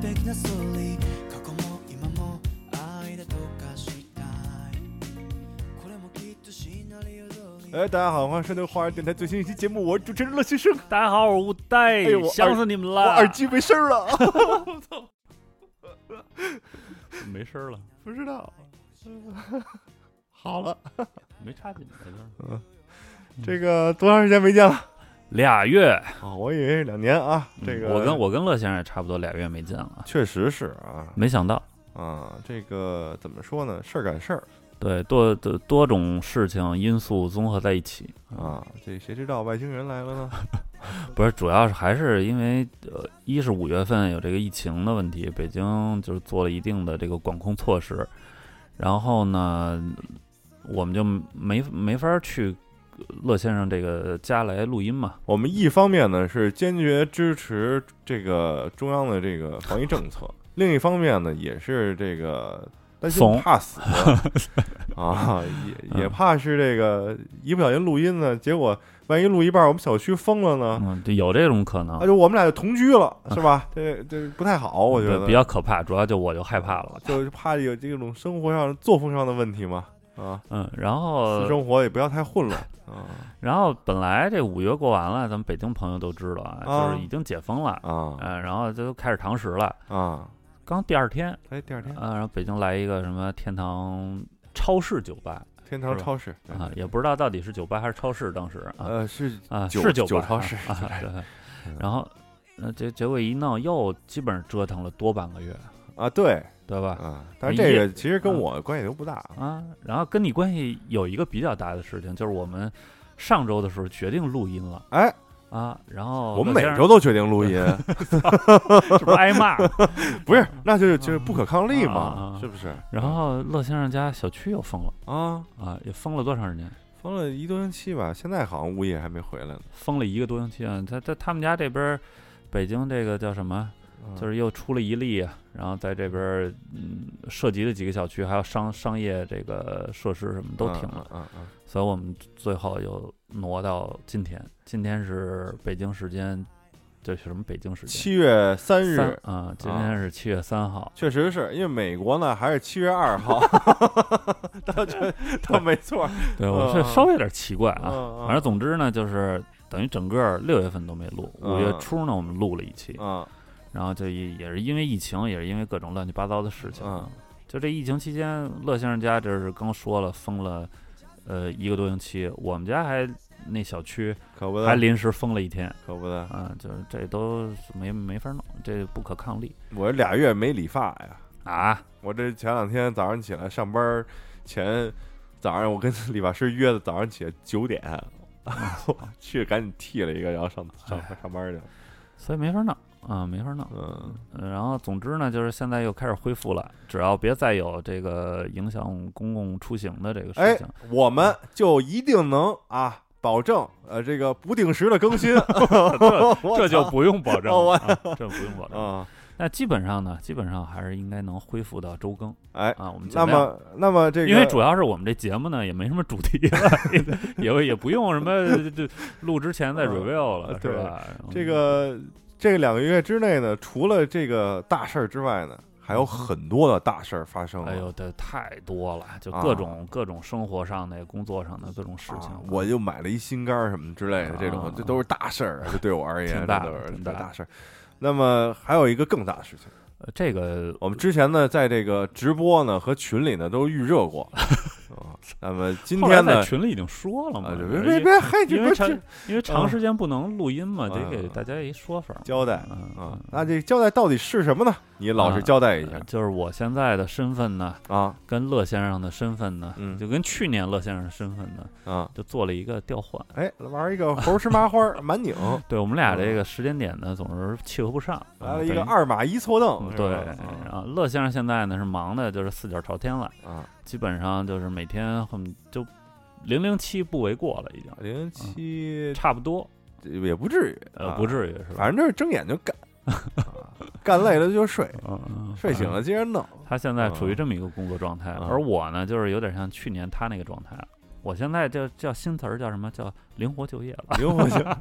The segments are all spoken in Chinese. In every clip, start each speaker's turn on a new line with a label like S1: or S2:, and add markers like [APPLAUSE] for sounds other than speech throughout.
S1: 璧なストーリー過去も今も愛で溶かしたいこれもきっとシナリオ通り
S2: 哎，大家好，欢迎收听花儿电台最新一期节目，我是主持人乐先生，
S3: 大家好，我是吴代，
S2: 哎呦我
S3: 想死你们
S2: 我
S3: 了！
S2: 耳机没声儿了，
S3: 没声儿了，
S2: [LAUGHS] 不知道。好了，
S3: 没插进去，
S2: 嗯这个多长时间没见了？
S3: 俩月。
S2: 啊，我以为是两年啊。这个
S3: 我跟我跟乐先生也差不多俩月没见了，
S2: 确实是啊
S3: 没想到，
S2: 啊，这个怎么说呢？事儿赶事儿
S3: 对多多多种事情因素综合在一起，
S2: 啊，这谁知道外星人来了呢？
S3: 不是，主要是还是因为呃，一是五月份有这个疫情的问题，北京就是做了一定的这个管控措施，然后呢，我们就没没法去乐先生这个家来录音嘛，
S2: 我们一方面呢是坚决支持这个中央的这个防疫政策，另一方面呢也是这个担心
S3: 怂
S2: 怕死
S3: [LAUGHS]
S2: 啊，也也
S3: 嗯
S2: 怕是这个一不小心录音呢，结果万一录一半我们小区封了呢，
S3: 嗯，就有这种可能
S2: 那。就我们俩就同居了，是吧？这这不太好，我觉
S3: 对
S2: 得
S3: 比较可怕，主要就我就害怕了。
S2: 就怕有这种生活上、作风上的问题嘛。啊，
S3: 嗯，然
S2: 私
S3: 后
S2: 生活也不要太混
S3: [LAUGHS]
S2: 乱啊
S3: 然后本来这五月过完了，咱们北京朋友都知道啊，
S2: 啊
S3: 就是已经解封了，
S2: 啊
S3: 嗯，然后就开始堂食了。
S2: 啊！
S3: 刚第二天，
S2: 哎，第二天
S3: 啊，然后北京来一个什么天堂超市酒吧
S2: 天堂
S3: 是吧
S2: 超市对
S3: 啊，也不知道到底是酒吧还是超市，当时
S2: 哎
S3: 啊
S2: 呃是
S3: 啊
S2: 酒
S3: 是酒
S2: 酒
S3: 吧
S2: 超市
S3: 啊，啊对，然后那结结果一闹又基本上折腾了多半个月，
S2: 啊对，
S3: 对吧？
S2: 啊，但是
S3: 你
S2: 这
S3: 也
S2: 个其实跟
S3: 啊
S2: 我关系都不大啊
S3: 啊，然后跟你关系有一个比较大的事情，就是我们上周的时候决定录音了
S2: 哎，
S3: 啊，然后
S2: 我们
S3: 乐
S2: 每
S3: 先
S2: 周都决定录
S3: [LAUGHS]
S2: 音，
S3: 生是不是挨
S2: [LAUGHS]
S3: 骂？
S2: 不是，那就是就是不可抗力
S3: 啊啊
S2: 嘛，
S3: 啊
S2: 是不是？
S3: 然后乐先生家小区又封了
S2: 啊，
S3: 啊，也封了多长时间？
S2: 封了一多星期吧，现在好像物业还没回来呢，
S3: 封了一个多星期啊。他他他们家这边儿，北京这个叫什么？
S2: 嗯
S3: 就是是又出了一例啊，然后在这边儿嗯涉及的几个小区，还有商商业这个设施什么都停了，
S2: 嗯嗯
S3: 所以我们最后又挪到今天。今天是北京时间，这是什么北京时间？
S2: 七月三
S3: 三
S2: 日。
S3: 啊，今
S2: 啊
S3: 天是七月
S2: [LAUGHS]
S3: 三号，
S2: 确实是因为美国呢还是七月二
S3: [LAUGHS]
S2: 号，倒这倒没错儿，
S3: 对我是
S2: 啊
S3: 稍微有点奇怪啊。
S2: 嗯
S3: 反正总之呢，就是等于整个六月份都没录，
S2: 嗯
S3: 五月初呢我们录了一期，
S2: 嗯
S3: 然后就也也是因为疫情，也是因为各种乱七八糟的事情。
S2: 嗯
S3: 就这疫情期间，乐先生家这是刚说了封了，呃一个多星期，我们家还那小区
S2: 可不得，
S3: 还临时封了一天
S2: 可不得，
S3: 啊，就是这都是没没法弄，这不可抗力
S2: 我这俩月没理发呀，
S3: 啊。
S2: 我这前两天早上起来上班儿前，早上我跟 [LAUGHS] 理发师约的早上起来九点， [LAUGHS] 我去赶紧剃了一个，然后上
S3: 哎
S2: 上上班去了。
S3: 所以没法弄啊，没法弄。
S2: 嗯
S3: 呃然后总之呢，就是现在又开始恢复了，只要别再有这个影响公共出行的这个
S2: 哎
S3: 事
S2: [LAUGHS]
S3: 情，，
S2: 我们就一定能啊，保证呃这个不定时的更
S3: [LAUGHS]
S2: 新。我
S3: 这这就
S2: 操哦
S3: 不用保证
S2: 我
S3: 了，啊这不用保证。
S2: 啊，
S3: 那基本上呢，基本上还是应该能恢复到周更
S2: 哎，
S3: 啊。我们尽
S2: 那
S3: 量
S2: 么那么这个，
S3: 因为主要是我们这节目呢也没什么主题了，也也也不用什么这录之前再
S2: 嗯
S3: review 了，是
S2: 对
S3: 吧？嗯
S2: 这个这个两个月之内呢，除了这个大事儿之外呢，还有很多的大事儿发生了。
S3: 嗯哎呦，这太多了，就
S2: 啊
S3: 各种各种生活上的、工作上的各种事情
S2: 啊，，我就买了一新杆儿什么之类的，这种、
S3: 哦啊
S2: 这都是大事儿，这对我而言，
S3: 挺大
S2: 这
S3: 的
S2: 都是
S3: 挺
S2: 这
S3: 大
S2: 大事儿。那么还有一个更大的事情，
S3: 呃这个
S2: 我们之前呢，在这个直播呢和群里呢都预热
S3: [LAUGHS]
S2: 过，啊，那么今
S3: 后来
S2: 天
S3: 在
S2: 呢，
S3: 群里已经说了嘛
S2: 啊，，别
S3: 因
S2: 别
S3: 为
S2: 别，嘿， [LAUGHS] 这
S3: 因
S2: 不
S3: 为
S2: 是
S3: 长
S2: 这
S3: 因为长时间不能录音嘛，
S2: 嗯
S3: 得给大家一说法
S2: 交代
S3: 嗯
S2: 啊，那这交代到底是什么呢？你老实交代一下
S3: 呃就是我现在的身份呢，
S2: 啊
S3: 跟乐先生的身份呢，
S2: 嗯
S3: 就跟去年乐先生的身份呢，
S2: 啊，
S3: 就做了一个调换。
S2: 哎，玩一个猴吃麻花儿满
S3: [LAUGHS]
S2: 拧，
S3: 对我们俩这个时间点呢，总是契合不上。
S2: 嗯来
S3: 啊
S2: 了一
S3: 等于
S2: 个二马一错
S3: 嗯
S2: 蹬，是
S3: 对，
S2: 吧啊
S3: 然后乐先生现在呢是忙的，就是四脚朝天了，
S2: 啊啊，
S3: 基本上就是每天很就零零七不为过了，已经
S2: 零零七
S3: 差不多，
S2: 也不至于，
S3: 呃，
S2: 啊
S3: 不至于是吧？
S2: 反正就是睁眼就
S3: [LAUGHS]
S2: 干，啊干累了就睡，
S3: 嗯嗯，
S2: 睡醒了接着弄。
S3: 他现在处于这么一个工作状态，
S2: 嗯
S3: 而我呢，就是有点像去年他那个状态了。我现在就叫新词儿叫什么叫灵活就业了，
S2: 灵活性
S3: [LAUGHS]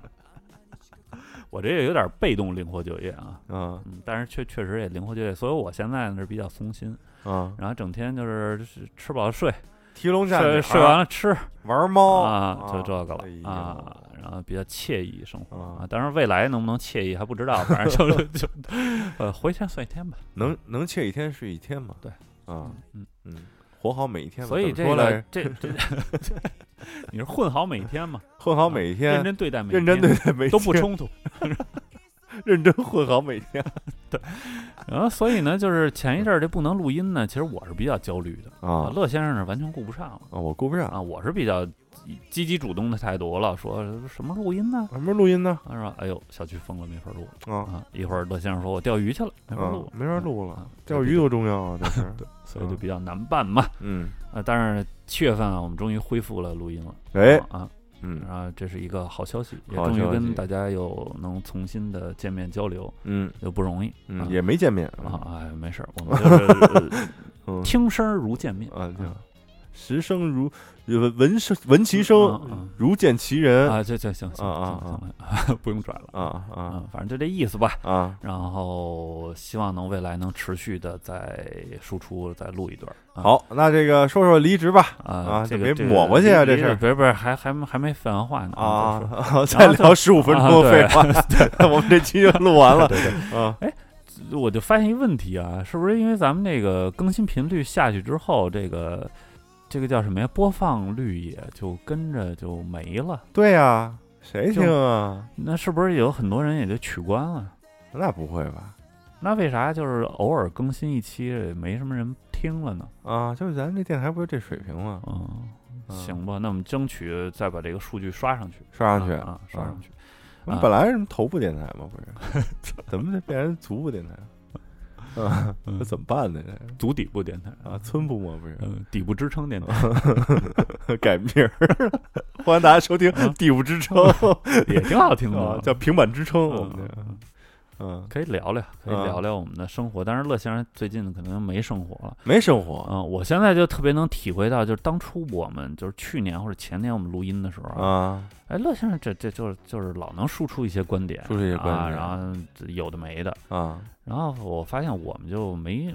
S3: 我这也有点被动灵活就业啊，
S2: 啊
S3: 嗯，但是确确实也灵活就业，所以我现在是比较松心，
S2: 啊！
S3: 然后整天就是就是吃饱了睡，
S2: 提笼站
S3: 睡
S2: 鸟
S3: 睡完了吃
S2: 玩猫
S3: 啊，就这个
S2: 哦哎呦
S3: 了啊，然后比较惬意生活
S2: 啊
S3: 啊，当然未来能不能惬意还不知道，反正就是 [LAUGHS] 就呃活一天算一天吧，
S2: 能能切一天是一天嘛？
S3: 对
S2: 啊，
S3: 嗯
S2: 嗯，活好每一天嘛。
S3: 所以
S2: 怎
S3: 这
S2: 么说
S3: 个
S2: 来
S3: 这这 [LAUGHS] 你是混好每一天嘛，
S2: 混好每一天
S3: 啊认，真对待每一
S2: 认真
S3: 天
S2: 对待每一天
S3: 都不，冲
S2: [LAUGHS]
S3: 突。
S2: 认真混好每一天
S3: 然后啊所以呢，就是前一阵儿这不能录音呢，其实我是比较焦虑的，
S2: 啊
S3: 乐先生是完全顾不上了
S2: 啊！我顾不上，
S3: 啊，我是比较积极主动的态度了，说什么录音呢？
S2: 什么时候录音呢？
S3: 他说：“哎呦，小区封了，没法录
S2: 啊
S3: 啊！一会儿乐先生说我钓鱼去了，没法
S2: 啊
S3: 录，，
S2: 没法录
S3: 啊
S2: 了，钓鱼，多重要啊！这是，
S3: [LAUGHS] 所以就比较难办嘛。
S2: 嗯，
S3: 啊，但是七月份啊，我们终于恢复了录音了，
S2: 哎，
S3: 啊，
S2: 嗯
S3: 然后这是一个好消息，也
S2: 好
S3: 终于
S2: 消
S3: 跟
S2: 息
S3: 大家有能重新的见面交流，
S2: 嗯
S3: 又不容易啊
S2: 嗯，也没见面
S3: 啊，，哎，没事儿，我们就是 [LAUGHS] 呃
S2: 嗯
S3: 听声儿如见面
S2: 啊，对实声如闻闻声闻其声
S3: 嗯，
S2: 如见其人啊
S3: 啊，行行行行
S2: 啊
S3: 行行 [LAUGHS] 了，不用转了
S2: 啊
S3: 啊，反正就这意思吧。
S2: 啊！
S3: 然后希望能未来能持续的再输出，再录一段。啊、
S2: 好，那这个说说离职吧
S3: 啊，
S2: 啊
S3: 这
S2: 就
S3: 个
S2: 别
S3: 这个
S2: 抹过去啊
S3: 离
S2: 这
S3: 离
S2: 事儿
S3: 不是不是，还还还没废完话呢
S2: 啊
S3: 就是，
S2: 啊 [LAUGHS] 再聊十五分钟
S3: 啊
S2: 的废话， [LAUGHS] 我们这期就录完
S3: [LAUGHS]
S2: 了啊
S3: 我就发现一问题啊，是不是因为咱们这个更新频率下去之后，这个这个叫什么呀？播放率也就跟着就没了。
S2: 对呀，谁听啊？
S3: 那是不是有很多人也就取关了？
S2: 那不会吧？
S3: 那为啥就是偶尔更新一期也没什么人听了呢？
S2: 啊，就是咱们这电台不是这水平吗？
S3: 嗯，
S2: 嗯
S3: 行吧，那我们争取再把这个数据刷上去，
S2: 刷上去嗯
S3: 啊，啊刷上去。
S2: 我们本来是什么头部电台嘛，不是？ [LAUGHS] 怎么就变成足部电台
S3: [LAUGHS]
S2: 了？啊，
S3: 嗯
S2: 这怎么办呢？这
S3: 足底部电台
S2: 啊，，村部嘛，不是？
S3: 嗯，底部支撑电台
S2: 改名儿， [LAUGHS] 欢迎大家收听
S3: 啊
S2: 《第五支撑》
S3: 也挺
S2: [LAUGHS]
S3: 好听
S2: 啊
S3: 的，，
S2: 叫平板支撑。
S3: 嗯
S2: 我们这
S3: 嗯
S2: 个
S3: 嗯
S2: 嗯，
S3: 可以聊聊，可以
S2: 啊
S3: 聊聊我们的生活。但是乐先生最近可能没生活了。
S2: 没生活
S3: 嗯，我现在就特别能体会到，就是当初我们就是去年或者前年我们录音的时候，
S2: 啊，
S3: 哎，乐先生这这就是就是老能输出一些观点，
S2: 输出一些观
S3: 啊，
S2: 点
S3: 然后这有的没的，
S2: 啊，
S3: 然后我发现我们就没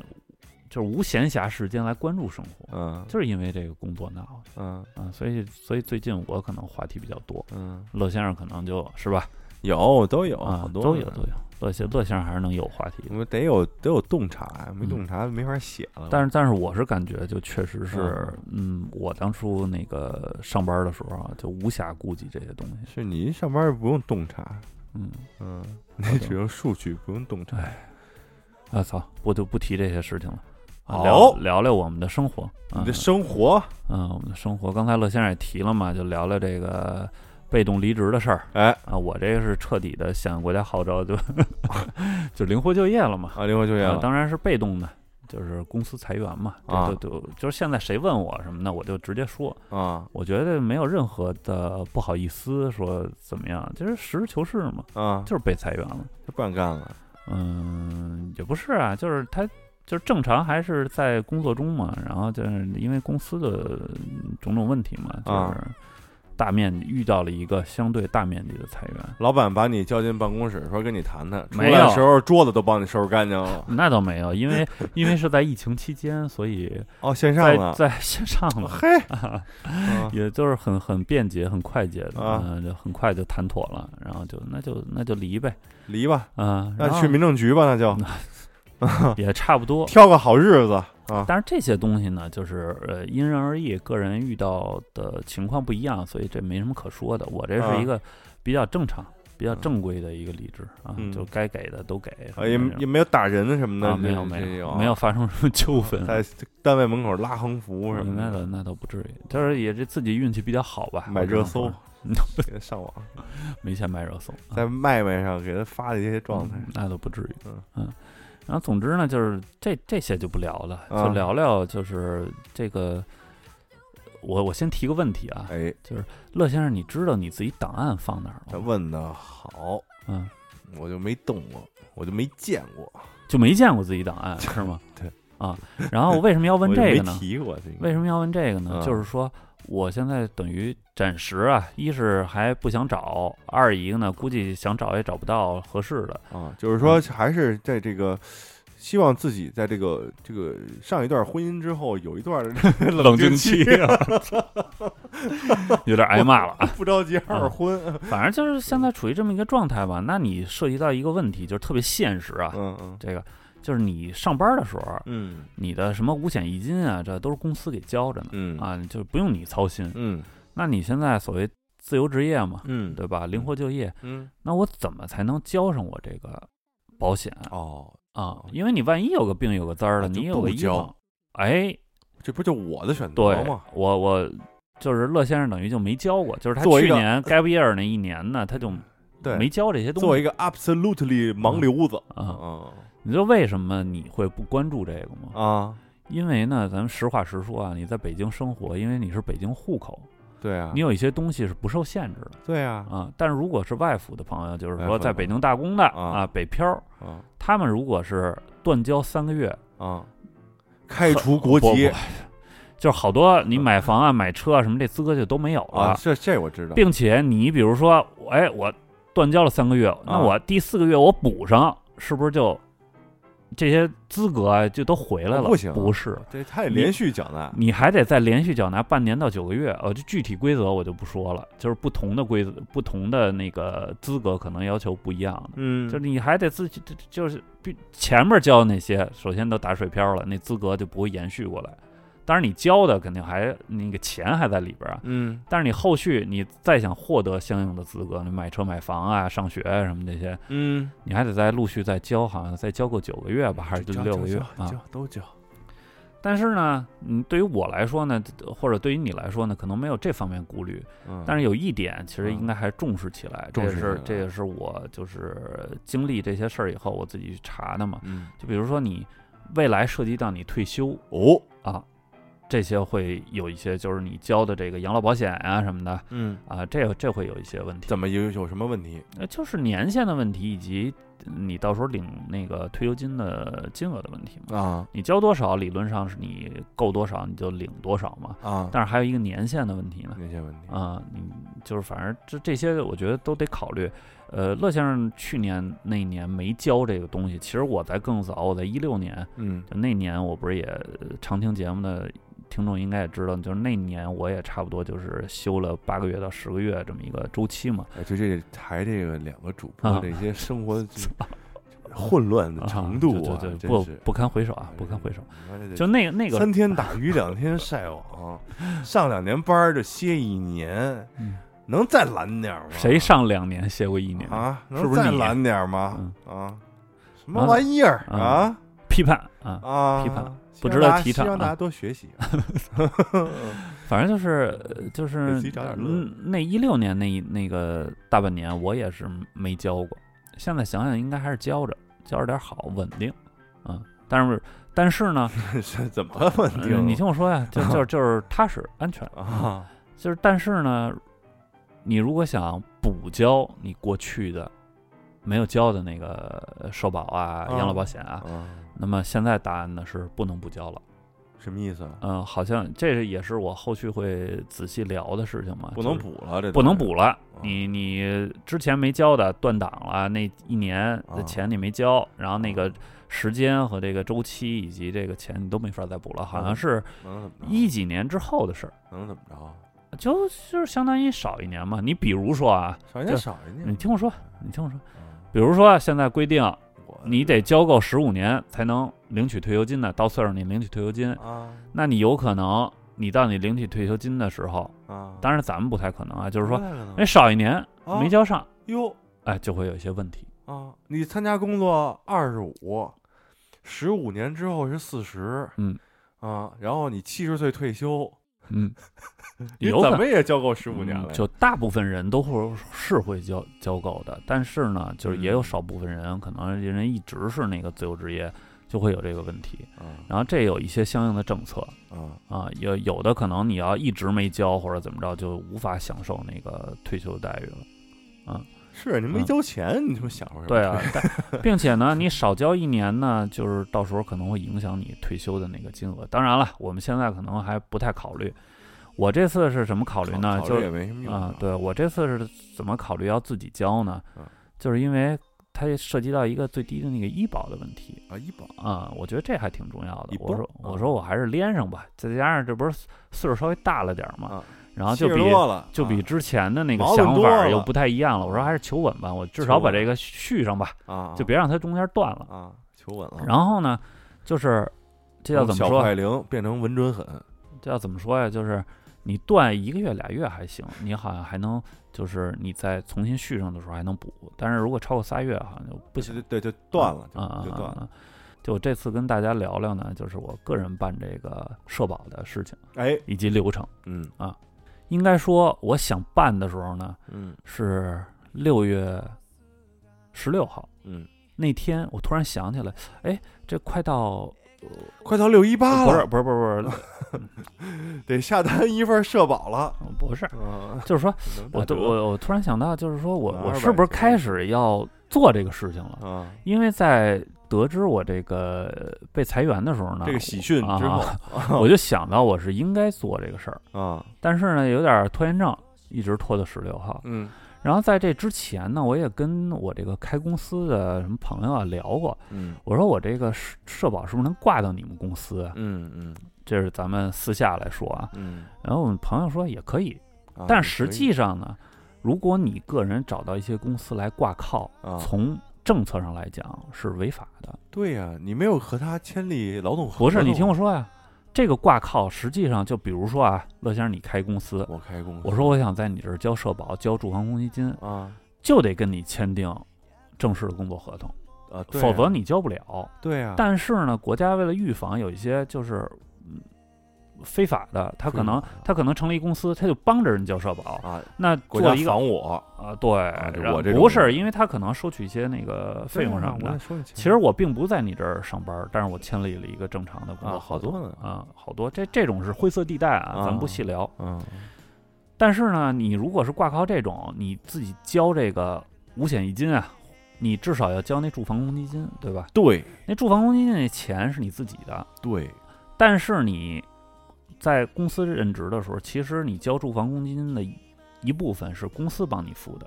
S3: 就是无闲暇时间来关注生活，
S2: 嗯
S3: 就是因为这个工作闹
S2: 嗯
S3: 的啊，所以所以最近我可能话题比较多，
S2: 嗯，
S3: 乐先生可能就是吧，
S2: 有都有，哦
S3: 啊
S2: 好，多
S3: 都
S2: 呢
S3: 有都有，乐先乐先生还是能有话题
S2: 我
S3: 的。
S2: 们得有得有洞察呀，没
S3: 嗯
S2: 洞察没法写了。
S3: 但是，但是我是感觉，就确实是
S2: 嗯，
S3: 嗯，我当初那个上班的时候啊，就无暇顾及这些东西，
S2: 是您上班不用洞察，
S3: 嗯，
S2: 嗯，你只用数据，不用洞察。
S3: 啊操，我就不提这些事情了，啊、
S2: 好
S3: 聊聊聊我们的生活，啊
S2: 你的生活，
S3: 嗯，我们的生活。刚才乐先生也提了嘛，就聊聊这个被动离职的事儿
S2: 哎
S3: 啊。我这个是彻底的响应国家号
S2: [LAUGHS]
S3: 召，就就灵活就业了嘛，
S2: 啊，灵活就业
S3: 啊，
S2: 了
S3: 当然是被动的。就是公司裁员嘛，
S2: 啊
S3: 就就就就是现在谁问我什么呢，我就直接说，
S2: 啊
S3: 我觉得没有任何的不好意思，说怎么样，就是实事求是嘛，
S2: 啊，
S3: 就是被裁员了。
S2: 就不想干了。
S3: 嗯，也不是啊，就是他就是正常还是在工作中嘛，然后就是因为公司的种种问题嘛，就
S2: 啊
S3: 是大面遇到了一个相对大面积的裁员，
S2: 老板把你叫进办公室，说跟你谈谈，出
S3: 没
S2: 来的
S3: 有
S2: 时候桌子都帮你收拾干净了。
S3: 那倒没有，
S2: [LAUGHS]
S3: 因为因为是在疫情期间，所以
S2: 哦，线上
S3: 在
S2: 了，
S3: 在线上了。 [LAUGHS]
S2: 嘿，啊
S3: 也就是很很便捷、很快捷的，
S2: 啊
S3: 嗯，就很快就谈妥了，然后就那就那就离呗，
S2: 离吧，
S3: 啊，
S2: 那
S3: 然后嗯
S2: 去民政局吧，那就
S3: 也差不多，
S2: 挑个好日子啊。
S3: 但是这些东西呢，就是呃因人而异，个人遇到的情况不一样，所以这没什么可说的。我这
S2: 啊
S3: 是一个比较正常、比较正规的一个离职啊，
S2: 嗯
S3: 就该给的都给。
S2: 啊，也也没有打人什么
S3: 啊，
S2: 的，
S3: 没有
S2: 这
S3: 没
S2: 这
S3: 有
S2: 啊
S3: 没有发生什么纠纷，
S2: 在单位门口拉横幅什
S3: 应
S2: 么
S3: 该
S2: 的，
S3: 的那倒不至于，就是也是自己运气比较好吧。
S2: 买
S3: 我只能
S2: 热搜
S3: 说，
S2: 给他上网，
S3: 没钱买热搜，啊
S2: 在麦麦上给他发的这些状态
S3: 嗯那倒不至于。
S2: 嗯
S3: 嗯，然后总之呢，就是这这些就不聊了，
S2: 啊
S3: 就聊聊就是这个。我我先提个问题啊，
S2: 哎，
S3: 乐先生，你知道你自己档案放哪儿
S2: 他
S3: 了吗？
S2: 问的好，
S3: 嗯，
S2: 我就没动过，我就没见过，
S3: 就没见过自己档案是吗？
S2: [LAUGHS] 对
S3: 啊。然后为什么要
S2: 我
S3: 问
S2: 就
S3: 这
S2: 没
S3: 个呢？
S2: 提过这个，
S3: 为什么要问这个呢？
S2: 嗯
S3: 就是说，我现在等于暂时啊，一是还不想找，二一个呢，估计想找也找不到合适
S2: [LAUGHS]
S3: 的。
S2: 啊，就是
S3: 嗯
S2: 说还是在这个。希望自己在这个这个上一段婚姻之后有一段
S3: 冷
S2: 静
S3: 期
S2: 期，
S3: 啊， [LAUGHS] 有点挨骂了啊。
S2: [LAUGHS] 不着急二婚，
S3: 反正就是现在处于这么一个状态吧。那你涉及到一个问题，就是特别现实啊。
S2: 嗯嗯
S3: 这个就是你上班的时候，
S2: 嗯
S3: 你的什么五险一金啊，这都是公司给交着呢，
S2: 嗯
S3: 啊，就不用你操心。
S2: 嗯
S3: 那你现在所谓自由职业嘛，
S2: 嗯
S3: 对吧？灵活就业，
S2: 嗯
S3: 那我怎么才能交上我这个保险啊？
S2: 哦，
S3: 啊因为你万一有个病有个灾儿了，
S2: 啊就
S3: 你有个
S2: 不
S3: 医
S2: 交
S3: 保，哎，
S2: 这不就我的选择
S3: 对
S2: 吗？，
S3: 我我就是乐先生等于就没交过，就是他
S2: 作为
S3: 去
S2: 一个呃嗯
S3: 年 gap year 那一年呢，他就
S2: 对，
S3: 没交这些东
S2: 作为
S3: 西
S2: 一个 absolutely 盲流子
S3: 啊。
S2: 啊
S3: 你知道为什么你会不关注这个吗？
S2: 啊，
S3: 因为呢，咱们实话实说啊，你在北京生活，因为你是北京户口，
S2: 对啊
S3: 你，有一些东西是不受限制的
S2: 对啊
S3: 啊。但是如果是外府的朋友，就是
S2: 外府
S3: 说
S2: 的
S3: 在北
S2: 朋友
S3: 京打工的
S2: 啊
S3: 啊，北漂，
S2: 啊
S3: 他们如果是断交三个月，
S2: 啊，开除国籍嗯
S3: 不，就是好多你买房啊、买车啊什么这资格就都没有
S2: 啊，
S3: 了，
S2: 这这我知道，
S3: 并且你比如说，哎，我断交了三个月，
S2: 啊
S3: 那我第四个月我补上，是不是就这些资格啊就都回来了？
S2: 哦不行
S3: 不是，
S2: 这他也连续缴纳，
S3: 你还得再连续缴纳半年到九个月。呃，这具体规则我就不说了，就是不同的规则、不同的那个资格可能要求不一样的。
S2: 嗯
S3: 就是你还得自己，就是必前面交那些，首先都打水漂了，那资格就不会延续过来。当然，你交的肯定还那个钱还在里边啊，
S2: 嗯
S3: 但是你后续你再想获得相应的资格，你买车、买房啊、上学啊什么这些，
S2: 嗯，
S3: 你还得再陆续再交，好像再交够九个月吧，还是就
S2: 交
S3: 六个月
S2: 交交
S3: 啊？
S2: 交都交，
S3: 但是呢，嗯，对于我来说呢，或者对于你来说呢，可能没有这方面顾虑，
S2: 嗯
S3: 但是有一点其实
S2: 嗯
S3: 应该还重视起来，这
S2: 重
S3: 也
S2: 视起
S3: 是
S2: 来
S3: 这也是我就是经历这些事儿以后我自己去查的嘛。
S2: 嗯
S3: 就比如说你未来涉及到你退休
S2: 哦
S3: 啊，这些会有一些就是你交的这个养老保险啊什么的
S2: 嗯，
S3: 啊，这这会有一些问题。
S2: 怎么有有什么问题？
S3: 呃，就是年限的问题，以及你到时候领那个退休金的金额的问题嘛。
S2: 啊
S3: 你交多少，理论上是你够多少你就领多少嘛。
S2: 啊，
S3: 但是还有一个年限的问题呢。
S2: 那些问题，
S3: 啊、你就是反正这这些，我觉得都得考虑。呃，乐先生去年那一年没交这个东西，其实我在更早，我在一六年
S2: 嗯
S3: 就那年，我不是也呃常听节目的听众应该也知道，就是那年我也差不多就是休了八个月到十个月这么一个周期
S2: [LAUGHS]
S3: 嘛。
S2: 哎，就这台这个两个主
S3: 啊
S2: 播这些生
S3: [LAUGHS]
S2: 活混乱的嗯程度
S3: 啊
S2: 啊，
S3: 就就就
S2: 真
S3: 不
S2: 是
S3: 不堪回首啊，不堪回首。。
S2: 哎这
S3: 就那个那个
S2: 三，天打鱼两天晒网，上两年班儿就歇一年，
S3: 嗯
S2: 能再懒点儿吗？
S3: 谁上两年歇过一年？
S2: 啊？
S3: 是
S2: 能
S3: 不是
S2: 再
S3: 你
S2: 懒点儿吗？啊，什么
S3: 啊
S2: 玩意儿
S3: 啊
S2: 啊
S3: 批判啊，
S2: 啊！
S3: 批判
S2: 希
S3: 不
S2: 望
S3: 值得
S2: 大家
S3: 提倡
S2: 希望大
S3: 啊
S2: 家多学
S3: [LAUGHS]
S2: 习啊。
S3: 反正就是呃就
S2: 给
S3: 是
S2: 自己找点乐
S3: 嗯，那一六年那一那个大半年我也是没交过，现在想想应该还是交着，交着点好，稳定，嗯，但是但
S2: [LAUGHS]
S3: 是呢，
S2: 是怎么问
S3: 呃
S2: 题？
S3: 你听我说呀，
S2: [LAUGHS]
S3: 就就就是踏实安全，
S2: 啊，
S3: 就是但是呢，你如果想补交你过去的没有交的那个呃社保啊、
S2: 啊
S3: 养老保险 [LAUGHS] 啊，
S2: 啊
S3: 那么现在答案呢是不能补交了。
S2: 什么意思啊？
S3: 嗯、好像这是也是我后续会仔细聊的事情嘛。
S2: 不能
S3: 就是
S2: 补了，这
S3: 不能补
S2: 了。
S3: 了。你你之前没交的断档了，那一年
S2: 啊
S3: 的钱你没交，然后那个时间和这个周期以及这个钱你都没法再补了，好
S2: 啊
S3: 像是
S2: 能怎么着？
S3: 一几年之后的事儿，
S2: 能怎么着？
S3: 就就是相当于少一年嘛。你比如说啊，
S2: 少人家
S3: 这
S2: 少人家。
S3: 你听我说，你听我说，
S2: 嗯，
S3: 比如说啊现在规定
S2: 我
S3: 你得交够十五年才能领取退休金的，到岁数你领取退休金，
S2: 啊
S3: 那你有可能你到你领取退休金的时候，
S2: 啊，
S3: 当然咱们不太可能啊，就是说
S2: 哎
S3: 哎少一年
S2: 啊
S3: 没交上，
S2: 哟
S3: 哎就会有一些问题。
S2: 啊，你参加工作二十五，十五年之后是四十，
S3: 嗯
S2: 啊，然后你七十岁退休，
S3: 嗯，
S2: 你
S3: [LAUGHS] 有可
S2: 怎
S3: 能
S2: 么也交够十五年
S3: 嗯
S2: 了呀，
S3: 就大部分人都会是会交交够的，但是呢，就是也有
S2: 嗯
S3: 少部分人，可能人一直是那个自由职业，就会有这个问题。
S2: 啊
S3: 然后这有一些相应的政策
S2: 啊
S3: 啊，有有的可能你要一直没交或者怎么着，就无法享受那个退休待遇了。
S2: 是你没交钱，你他妈享受什么？
S3: 对啊，但并且呢，你少交一年呢，就是到时候可能会影响你退休的那个金额。当然了，我们现在可能还不太考虑。我这次是什么考虑呢？
S2: 考虑
S3: 就是
S2: 也没什么用
S3: 啊，，对我这次是怎么考虑要自己交呢
S2: 嗯？
S3: 就是因为它涉及到一个最低的那个医保的问题
S2: 啊，医保
S3: 啊、我觉得这还挺重要的
S2: 一。
S3: 我
S2: 波
S3: 说
S2: 啊
S3: 我说我还是连上吧，再加上这不是岁数稍微大了点儿嘛
S2: 啊，
S3: 然后就
S2: 70
S3: 比
S2: 多了，
S3: 就比
S2: 啊
S3: 之前的那个
S2: 矛盾
S3: 想
S2: 多
S3: 法儿
S2: 了嗯
S3: 又不太一样了。我说还是求稳吧，我至
S2: 求
S3: 少把
S2: 稳
S3: 这个续上吧，
S2: 啊，
S3: 就别让它中间断了。
S2: 啊求稳了。
S3: 然后呢，就是这要
S2: 从
S3: 怎么
S2: 嗯小
S3: 说？啊
S2: 快灵变成稳准狠，
S3: 这要怎么说呀？就是你断一个月、俩月还行，你好像还能，就是你再重新续上的时候还能补。但是如果超过仨月，好像就不行，
S2: 对对，就断了，就
S3: 啊
S2: 就断了。
S3: 啊。就我这次跟大家聊聊呢，就是我个人办这个社保的事情
S2: 哎，
S3: 以及流程。
S2: 嗯
S3: 应该说，我想办的时候呢
S2: 嗯
S3: 是六月十六号
S2: 嗯，
S3: 那天，我突然想起来，哎，这快到呃
S2: 快到六一八
S3: 不是
S2: 了，
S3: 不是不是不是
S2: 得下单一份社保了。
S3: 不是，
S2: 嗯，
S3: 就是说啊我
S2: 都
S3: 都我我突然想到，就是说我
S2: 拿
S3: 我
S2: 200
S3: 是不是
S2: 去
S3: 开始要做这个事情了？
S2: 啊，
S3: 因为在得知我这个呃被裁员的时候呢，
S2: 这个喜讯
S3: 啊
S2: 之后
S3: 我就想到我是应该做这个事儿，
S2: 啊，
S3: 但是呢，有点拖延症，一直拖到十六号。
S2: 嗯
S3: 然后在这之前呢，我也跟我这个开公司的什么朋友啊聊过，
S2: 嗯
S3: 我说我这个社社保是不是能挂到你们公司啊？
S2: 嗯嗯
S3: 这是咱们私下来说啊。
S2: 嗯
S3: 然后我们朋友说也可以，
S2: 啊，
S3: 但
S2: 也
S3: 实
S2: 可以
S3: 际上呢，如果你个人找到一些公司来挂靠，
S2: 啊，
S3: 从政策上来讲是违法的。
S2: 对呀，你没有和他签立劳动合
S3: 不是，你
S2: 同
S3: 听我，说呀、这个挂靠实际上就比如说啊，乐先生你开公司，
S2: 我开工，
S3: 我说我想在你这儿交社保、交住房公积金，
S2: 啊
S3: 就得跟你签订正式的工作合同，
S2: 啊，对
S3: 否
S2: 呀
S3: 则你交不了。
S2: 对啊呀，
S3: 但是呢，国家为了预防有一些就是嗯非法的，他可
S2: 非
S3: 能
S2: 法的
S3: 他可能成立公司，他就帮着人交社保，
S2: 啊，
S3: 那
S2: 国家
S3: 做一个
S2: 防我
S3: 啊，对，
S2: 就
S3: 然
S2: 我这
S3: 不
S2: 种啊
S3: 是，因为他可能收取一些那个费用什么的。
S2: 的。
S3: 其实我并不在你这儿上班，但是我签立了一个正常的工
S2: 啊，
S3: 作
S2: 好
S3: 合
S2: 多
S3: 同
S2: 呢，
S3: 啊，好多这这种是灰色地带啊，咱们不
S2: 啊
S3: 细聊。
S2: 嗯
S3: 但是呢，你如果是挂靠这种，你自己交这个五险一金啊，你至少要交那住房公积金，对吧？
S2: 对
S3: 那住房公积金那钱是你自己的，
S2: 对，
S3: 但是你在公司任职的时候，其实你交住房公积金的一一部分是公司帮你付的，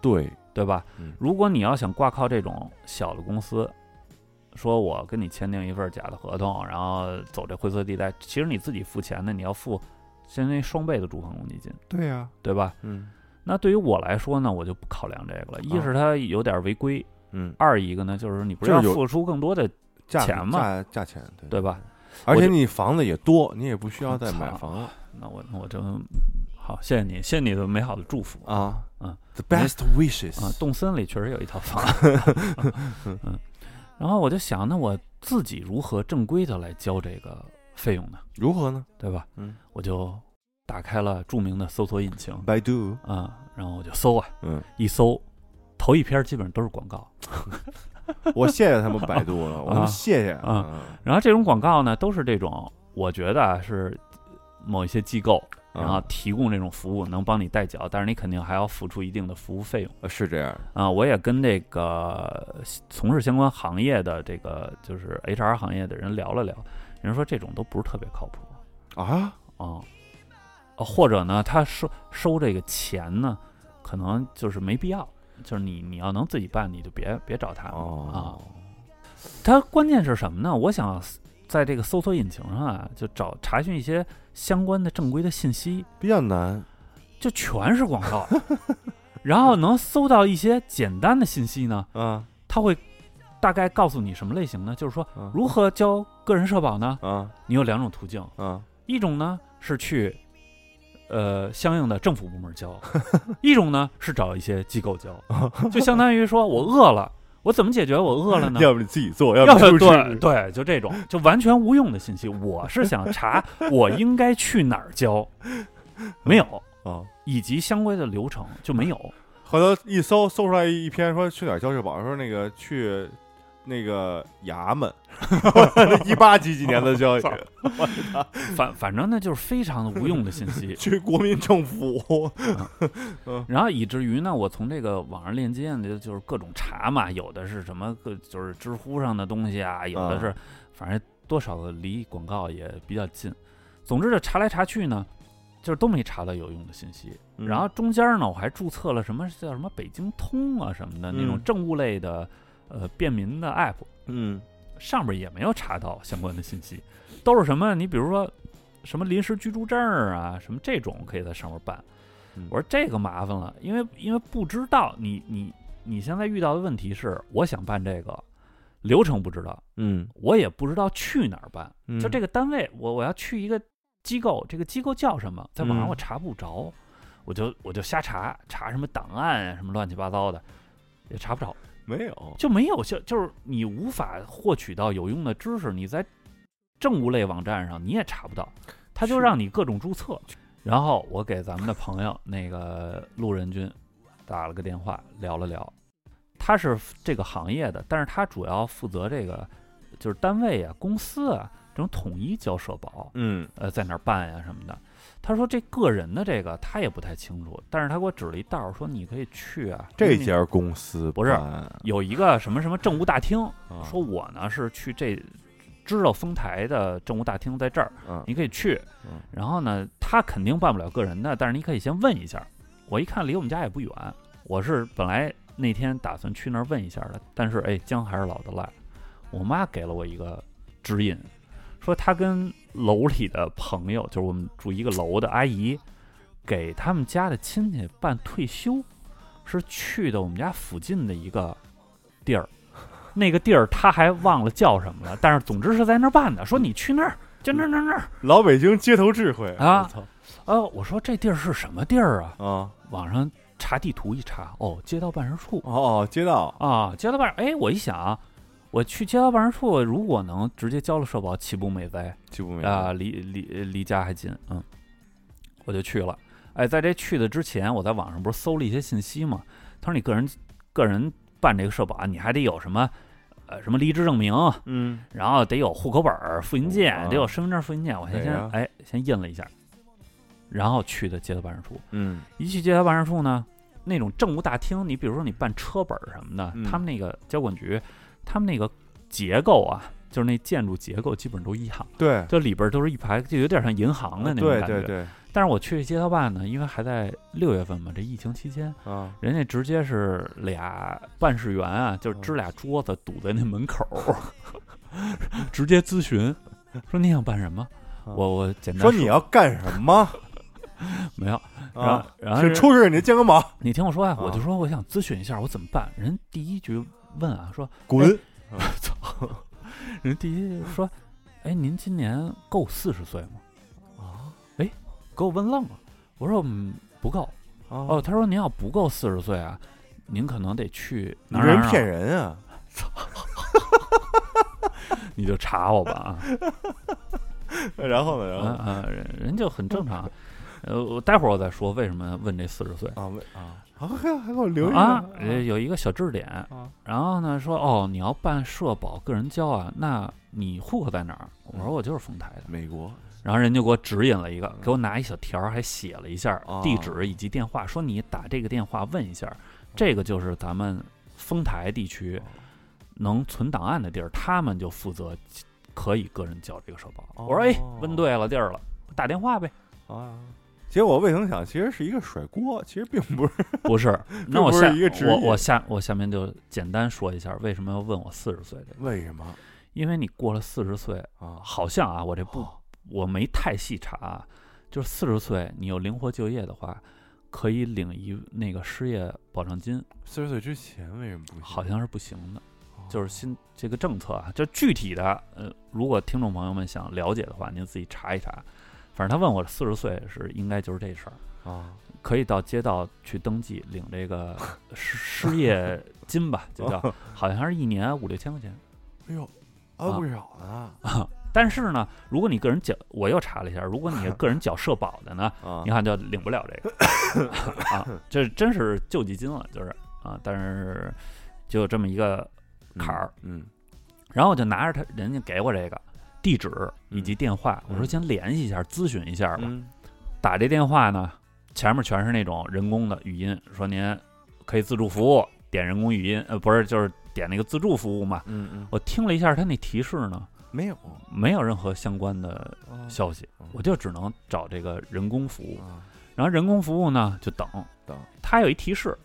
S2: 对，
S3: 对吧？
S2: 嗯
S3: 如果你要想挂靠这种小的公司，说我跟你签订一份假的合同，然后走这灰色地带，其实你自己付钱的，你要付相当于双倍的住房公积金，
S2: 对呀，
S3: 对吧？
S2: 嗯
S3: 那对于我来说呢，我就不考量这个了。一
S2: 啊
S3: 是它有点违规，
S2: 嗯，
S3: 二一个呢就是你不是
S2: 就
S3: 要
S2: 是有
S3: 付出更多的，
S2: 价格
S3: 钱嘛
S2: 价价钱对
S3: 对吧？
S2: 而
S3: 我
S2: 且
S3: 就
S2: 你房子也多，你也不需要再
S3: 操
S2: 买房了
S3: 那我那我真好，谢谢你，谢谢你的美好的祝福啊！
S2: 啊。
S3: 嗯
S2: ，The best wishes
S3: 呃动森里确实有一套房，嗯，然后我就想，那我自己如何正规的来交这个费用呢？
S2: 如何呢？
S3: 对吧？
S2: 嗯，
S3: 我就打开了著名的搜索引擎
S2: 百度，
S3: 啊、然后我就搜啊，
S2: 嗯，
S3: 一搜，头一篇基本上都是广告，
S2: [LAUGHS] 我谢谢他们百度 [LAUGHS] 了，我
S3: 啊
S2: 们谢嗯谢
S3: 啊。然后这种广告呢，都是这种，我觉得啊是某一些机构。
S2: 啊
S3: 然后提供这种服务能帮你代缴，但是你肯定还要付出一定的服务费用
S2: 呃是这样的，
S3: 啊、我也跟这个从事相关行业的这个就是 HR 行业的人聊了聊，人说这种都不是特别靠谱
S2: 啊，
S3: 啊、呃或者呢，他收收这个钱呢，可能就是没必要，就是你你要能自己办，你就别别找他了、啊。
S2: 哦，
S3: 他关键是什么呢？我想在这个搜索引擎上啊，就找查询一些相关的正规的信息，
S2: 比较难，
S3: 就全是广告， [LAUGHS] 然后能搜到一些简单的信息呢，
S2: 啊
S3: 他会大概告诉你什么类型呢？就是说
S2: 啊
S3: 如何交个人社保呢？
S2: 啊
S3: 你有两种途径，
S2: 啊
S3: 一种呢是去呃相应的政府部门
S2: [LAUGHS]
S3: 交，一种呢是找一些机构交，就相当于说我饿了，我怎么解决我饿了呢？
S2: [LAUGHS] 要不你自己
S3: [LAUGHS]
S2: 做，要
S3: 要
S2: 不
S3: 不
S2: 出去
S3: 对对，就这种就完全无用的信息，我是想查
S2: [LAUGHS]
S3: 我应该去哪儿交，没有，
S2: 啊。
S3: 以及相关的流程就没有。
S2: 回头一搜，搜出来一篇说去哪儿交社保，说那个去那个衙门， [LAUGHS] 一八几几年的消 [LAUGHS] 息，，
S3: 反反正呢就是非常的无用的信息
S2: 去国民政府，
S3: 然后以至于呢，我从这个网上链接呢，就就是各种查嘛，有的是什么个就是知乎上的东西啊，有的是、反正多少离广告也比较近。总之这查来查去呢，就是都没查到有用的信息。
S2: 嗯
S3: 然后中间呢，我还注册了什么叫什么北京通啊什么的、那种
S2: 嗯
S3: 政务类的呃便民的 app，
S2: 嗯
S3: 上面也没有查到相关的信息，都是什么？你比如说什么临时居住证儿啊，什么这种可以在上面办。
S2: 嗯
S3: 我说这个麻烦了，因为因为不知道你你你现在遇到的问题是，我想办这个流程不知道，
S2: 嗯，
S3: 我也不知道去哪儿办。
S2: 嗯
S3: 就这个单位，我我要去一个机构，这个机构叫什么，在网
S2: 嗯
S3: 上我查不着，我就我就瞎查查什么档案啊，什么乱七八糟的，也查不着，
S2: 没有，
S3: 就没有就就是你无法获取到有用的知识，你在政务类网站上你也查不到，他就是让你各种注册。然后我给咱们的朋友那个路人君打了个电话聊了聊，他是这个行业的，但是他主要负责这个就是单位啊、公司啊这种统一交社保，
S2: 嗯
S3: 呃，在哪儿办呀什么的。他说这个人的这个他也不太清楚，但是他给我指了一道儿，说你可以去啊，
S2: 这
S3: 因为
S2: 家公司
S3: 不是
S2: 办
S3: 有一个什么什么政务大厅，
S2: 啊
S3: 说我呢是去这知道丰台的政务大厅在这儿，
S2: 嗯
S3: 你可以去
S2: 嗯。
S3: 然后呢，他肯定办不了个人的，但是你可以先问一下。我一看离我们家也不远，我是本来那天打算去那儿问一下的，但是哎，姜还是老的辣。我妈给了我一个指引，说她跟楼里的朋友，就是我们住一个楼的阿姨，给他们家的亲戚办退休，是去的我们家附近的一个地儿。那个地儿他还忘了叫什么了，但是总之是在那儿办的。说你去那儿，就那儿那儿那儿。
S2: 老北京街头智慧
S3: 啊
S2: 我操
S3: 呃，我说这地儿是什么地儿啊？
S2: 啊
S3: 网上查地图一查，哦，街道办事处
S2: 哦哦，街道
S3: 啊，街道办。哎，我一想，我去街道办事处，如果能直接交了社保，岂不美哉？
S2: 就不明
S3: 啊，离离离家还近，嗯，我就去了。哎，在这去的之前，我在网上不是搜了一些信息嘛？他说你个人个人办这个社保啊，你还得有什么呃什么离职证明，
S2: 嗯
S3: 然后得有户口本儿复印件，
S2: 啊
S3: 得有身份证复印件。我先
S2: 对
S3: 先、
S2: 呀
S3: 哎先印了一下，然后去的街道办事处。
S2: 嗯
S3: 一去街道办事处呢，那种政务大厅，你比如说你办车本儿什么的，
S2: 嗯
S3: 他们那个交管局，他们那个结构啊，就是那建筑结构基本都一样。
S2: 对
S3: 就里边都是一排，就有点像银行的那种
S2: 对
S3: 感觉。
S2: 呃对对
S3: 但是我去街道办呢，因为还在六月份嘛，这疫情期间，
S2: 啊
S3: 人家直接是俩办事员啊，就是支俩桌子堵在那门口， [LAUGHS] 直接咨询，说你想办什么？
S2: 啊
S3: 我我简单
S2: 说你要干什么
S3: 没有，然后、
S2: 啊？
S3: 然后
S2: 请
S3: 人
S2: 出示你的健康宝，
S3: 你听我说啊，
S2: 啊
S3: 我就说我想咨询一下，我怎么办？人第一句问啊，说
S2: 滚！
S3: 人第一
S2: [LAUGHS]
S3: 说，哎，您今年够四十岁吗？
S2: 啊
S3: 哎，给我问愣了。我说嗯不够。哦，
S2: 哦，
S3: 他说您要不够四十岁啊，您可能得去
S2: 你
S3: 哪
S2: 这
S3: 儿哪儿
S2: 人
S3: 哪儿
S2: 骗人啊！
S3: 你就查我
S2: [LAUGHS]
S3: 吧啊，
S2: 然后呢？然后
S3: 嗯
S2: 呢
S3: 嗯，人人就很
S2: [LAUGHS]
S3: 正常。呃，我待会儿我再说为什么问这四十岁
S2: 啊没啊，啊还还给我留一个
S3: 啊，呃有一个小知识点。
S2: 啊
S3: 然后呢，说哦，你要办社保、个人交啊，那你户口在哪儿？我
S2: 嗯
S3: 说我就是丰台的。
S2: 美国
S3: 然后人就给我指引了一个，给我拿一小条儿，还写了一下
S2: 嗯哦
S3: 地址以及电话，说你打这个电话问一下，这个就是咱们丰台地区能存档案的地儿，他们就负责可以个人交这个社保。
S2: 哦
S3: 我说哎，问对了地儿了，打
S2: [LAUGHS]
S3: 电话呗。
S2: 啊。结果未曾想，其实是一个甩锅，其实并不是
S3: 不是，那我
S2: 不
S3: 下
S2: 是一个指
S3: 我
S2: 引
S3: 我下我下面就简单说一下为什么要问我四十岁的，
S2: 为什么
S3: 因为你过了四十岁，
S2: 啊？
S3: 好像啊，我这不
S2: 哦
S3: 我没太细查啊，就是四十岁你有灵活就业的话，可以领一那个失业保障金，
S2: 四十岁之前为什么不行？
S3: 好像是不行的，
S2: 哦
S3: 就是新这个政策啊，就具体的呃，如果听众朋友们想了解的话，您自己查一查。反正他问我四十岁是应该就是这事儿，
S2: 啊，
S3: 可以到街道去登记领这个 [LAUGHS] 失失业金吧，就
S2: 哦
S3: 叫好像是一年五六千块钱。
S2: 哎呦，
S3: 啊
S2: 啊不少呢
S3: 但是呢，如果你个人缴，我又查了一下，如果你个人缴社保的呢，
S2: [LAUGHS] 啊
S3: 你看就领不了
S2: [LAUGHS]
S3: 这个啊，这真是救济金了，就是啊，但是就有这么一个，坎儿，
S2: 嗯
S3: 然后我就拿着他人家给我这个地址以及电话，
S2: 嗯
S3: 我说先联系一下，咨询一下吧。
S2: 嗯
S3: 打这电话呢，前面全是那种人工的语音，说您可以自助服务，点人工语音，呃，不是，就是点那个自助服务嘛。
S2: 嗯嗯
S3: 我听了一下他那提示呢，
S2: 没有
S3: 没有任何相关的消息，
S2: 哦
S3: 我就只能找这个人工服务。
S2: 啊，
S3: 然后人工服务呢，就等
S2: 等，
S3: 它有一提示，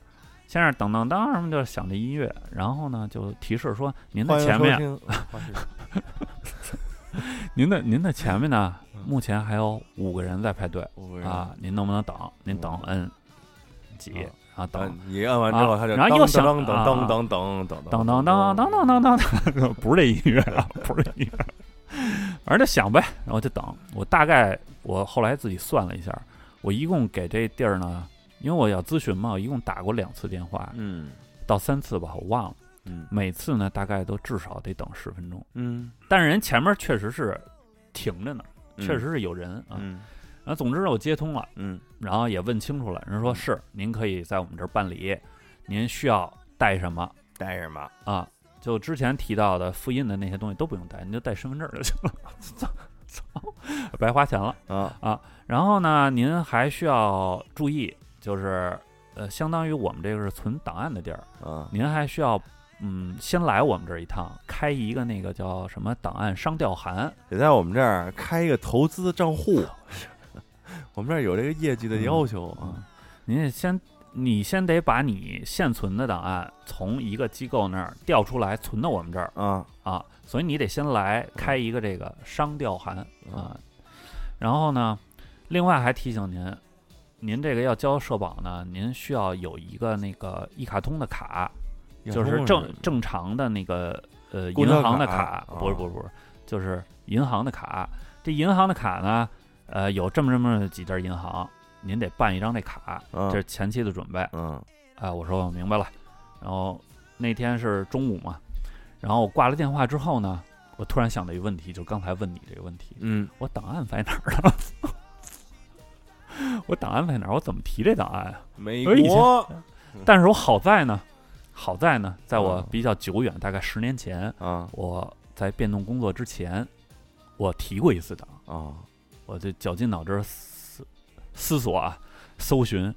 S3: 先是等等当，什么就响着音乐，然后呢就提示说您的
S2: 欢迎
S3: 前面
S2: 收，
S3: [LAUGHS]
S2: 听，啊欢迎
S3: 您的您的前面呢
S2: 嗯，
S3: 目前还有五个人在排队
S2: 我为
S3: 啊，您能不能等？您等摁几，
S2: 嗯
S3: 然后等
S2: 等你按完之后，
S3: 啊
S2: 他就
S3: 然后又
S2: 噔
S3: 想
S2: 噔
S3: 啊
S2: 噔噔噔噔
S3: 当当当当当当当当，不是这音乐啊，不是这音乐，反正就想呗，然后就等。我大概我后来自己算了一下，我一共给这地儿呢，因为我要咨询嘛，我一共打过两次电话，
S2: 嗯
S3: 到三次吧，我忘了。
S2: 嗯
S3: 每次呢，大概都至少得等十分钟，
S2: 嗯，
S3: 但是人前面确实是停着呢，
S2: 嗯
S3: 确实是有人啊。
S2: 嗯
S3: 然后总之呢，我接通了，
S2: 嗯
S3: 然后也问清楚了，人说是您可以在我们这儿办理，您需要带什么。
S2: 带着嘛，
S3: 啊，就之前提到的复印的那些东西都不用带，你就带身份证就行了。 [LAUGHS] 操操，白花钱了。
S2: 啊
S3: 然后呢，您还需要注意，就是呃，相当于我们这个是存档案的地儿，
S2: 啊
S3: 您还需要嗯，先来我们这儿一趟，开一个那个叫什么档案商调函。
S2: 得在我们这儿开一个投资账
S3: [LAUGHS]
S2: 户，我们这儿有这个业绩的要求啊
S3: 嗯，您得先。你先得把你现存的档案从一个机构那儿调出来，存到我们这儿
S2: 啊
S3: 啊，所以你得先来
S2: 嗯
S3: 开一个这个商调函，啊，然后呢，另外还提醒您，您这个要交社保呢，您需要有一个那个一卡通的卡，就是正正常的那个呃
S2: 公
S3: 银
S2: 交
S3: 行的
S2: 卡
S3: 卡，
S2: 啊
S3: 不是不是不是，就是银行的卡。这银行的卡呢，呃，有这么这么几家银行，您得办一张这卡，
S2: 啊
S3: 这是前期的准备。
S2: 嗯
S3: 啊，我说我明白了。然后那天是中午嘛，然后我挂了电话之后呢，我突然想到一个问题，就是刚才问你这个问题，
S2: 嗯
S3: 我档案在哪儿了？ [LAUGHS] 我档案在哪儿？我怎么提这档案啊？
S2: 美
S3: 我以前
S2: 国
S3: 但是我好在呢，好在呢，在我
S2: 嗯
S3: 比较久远，大概十年前，
S2: 啊
S3: 我在变动工作之前，我提过一次档，
S2: 啊
S3: 我就绞尽脑汁思思索啊，搜寻。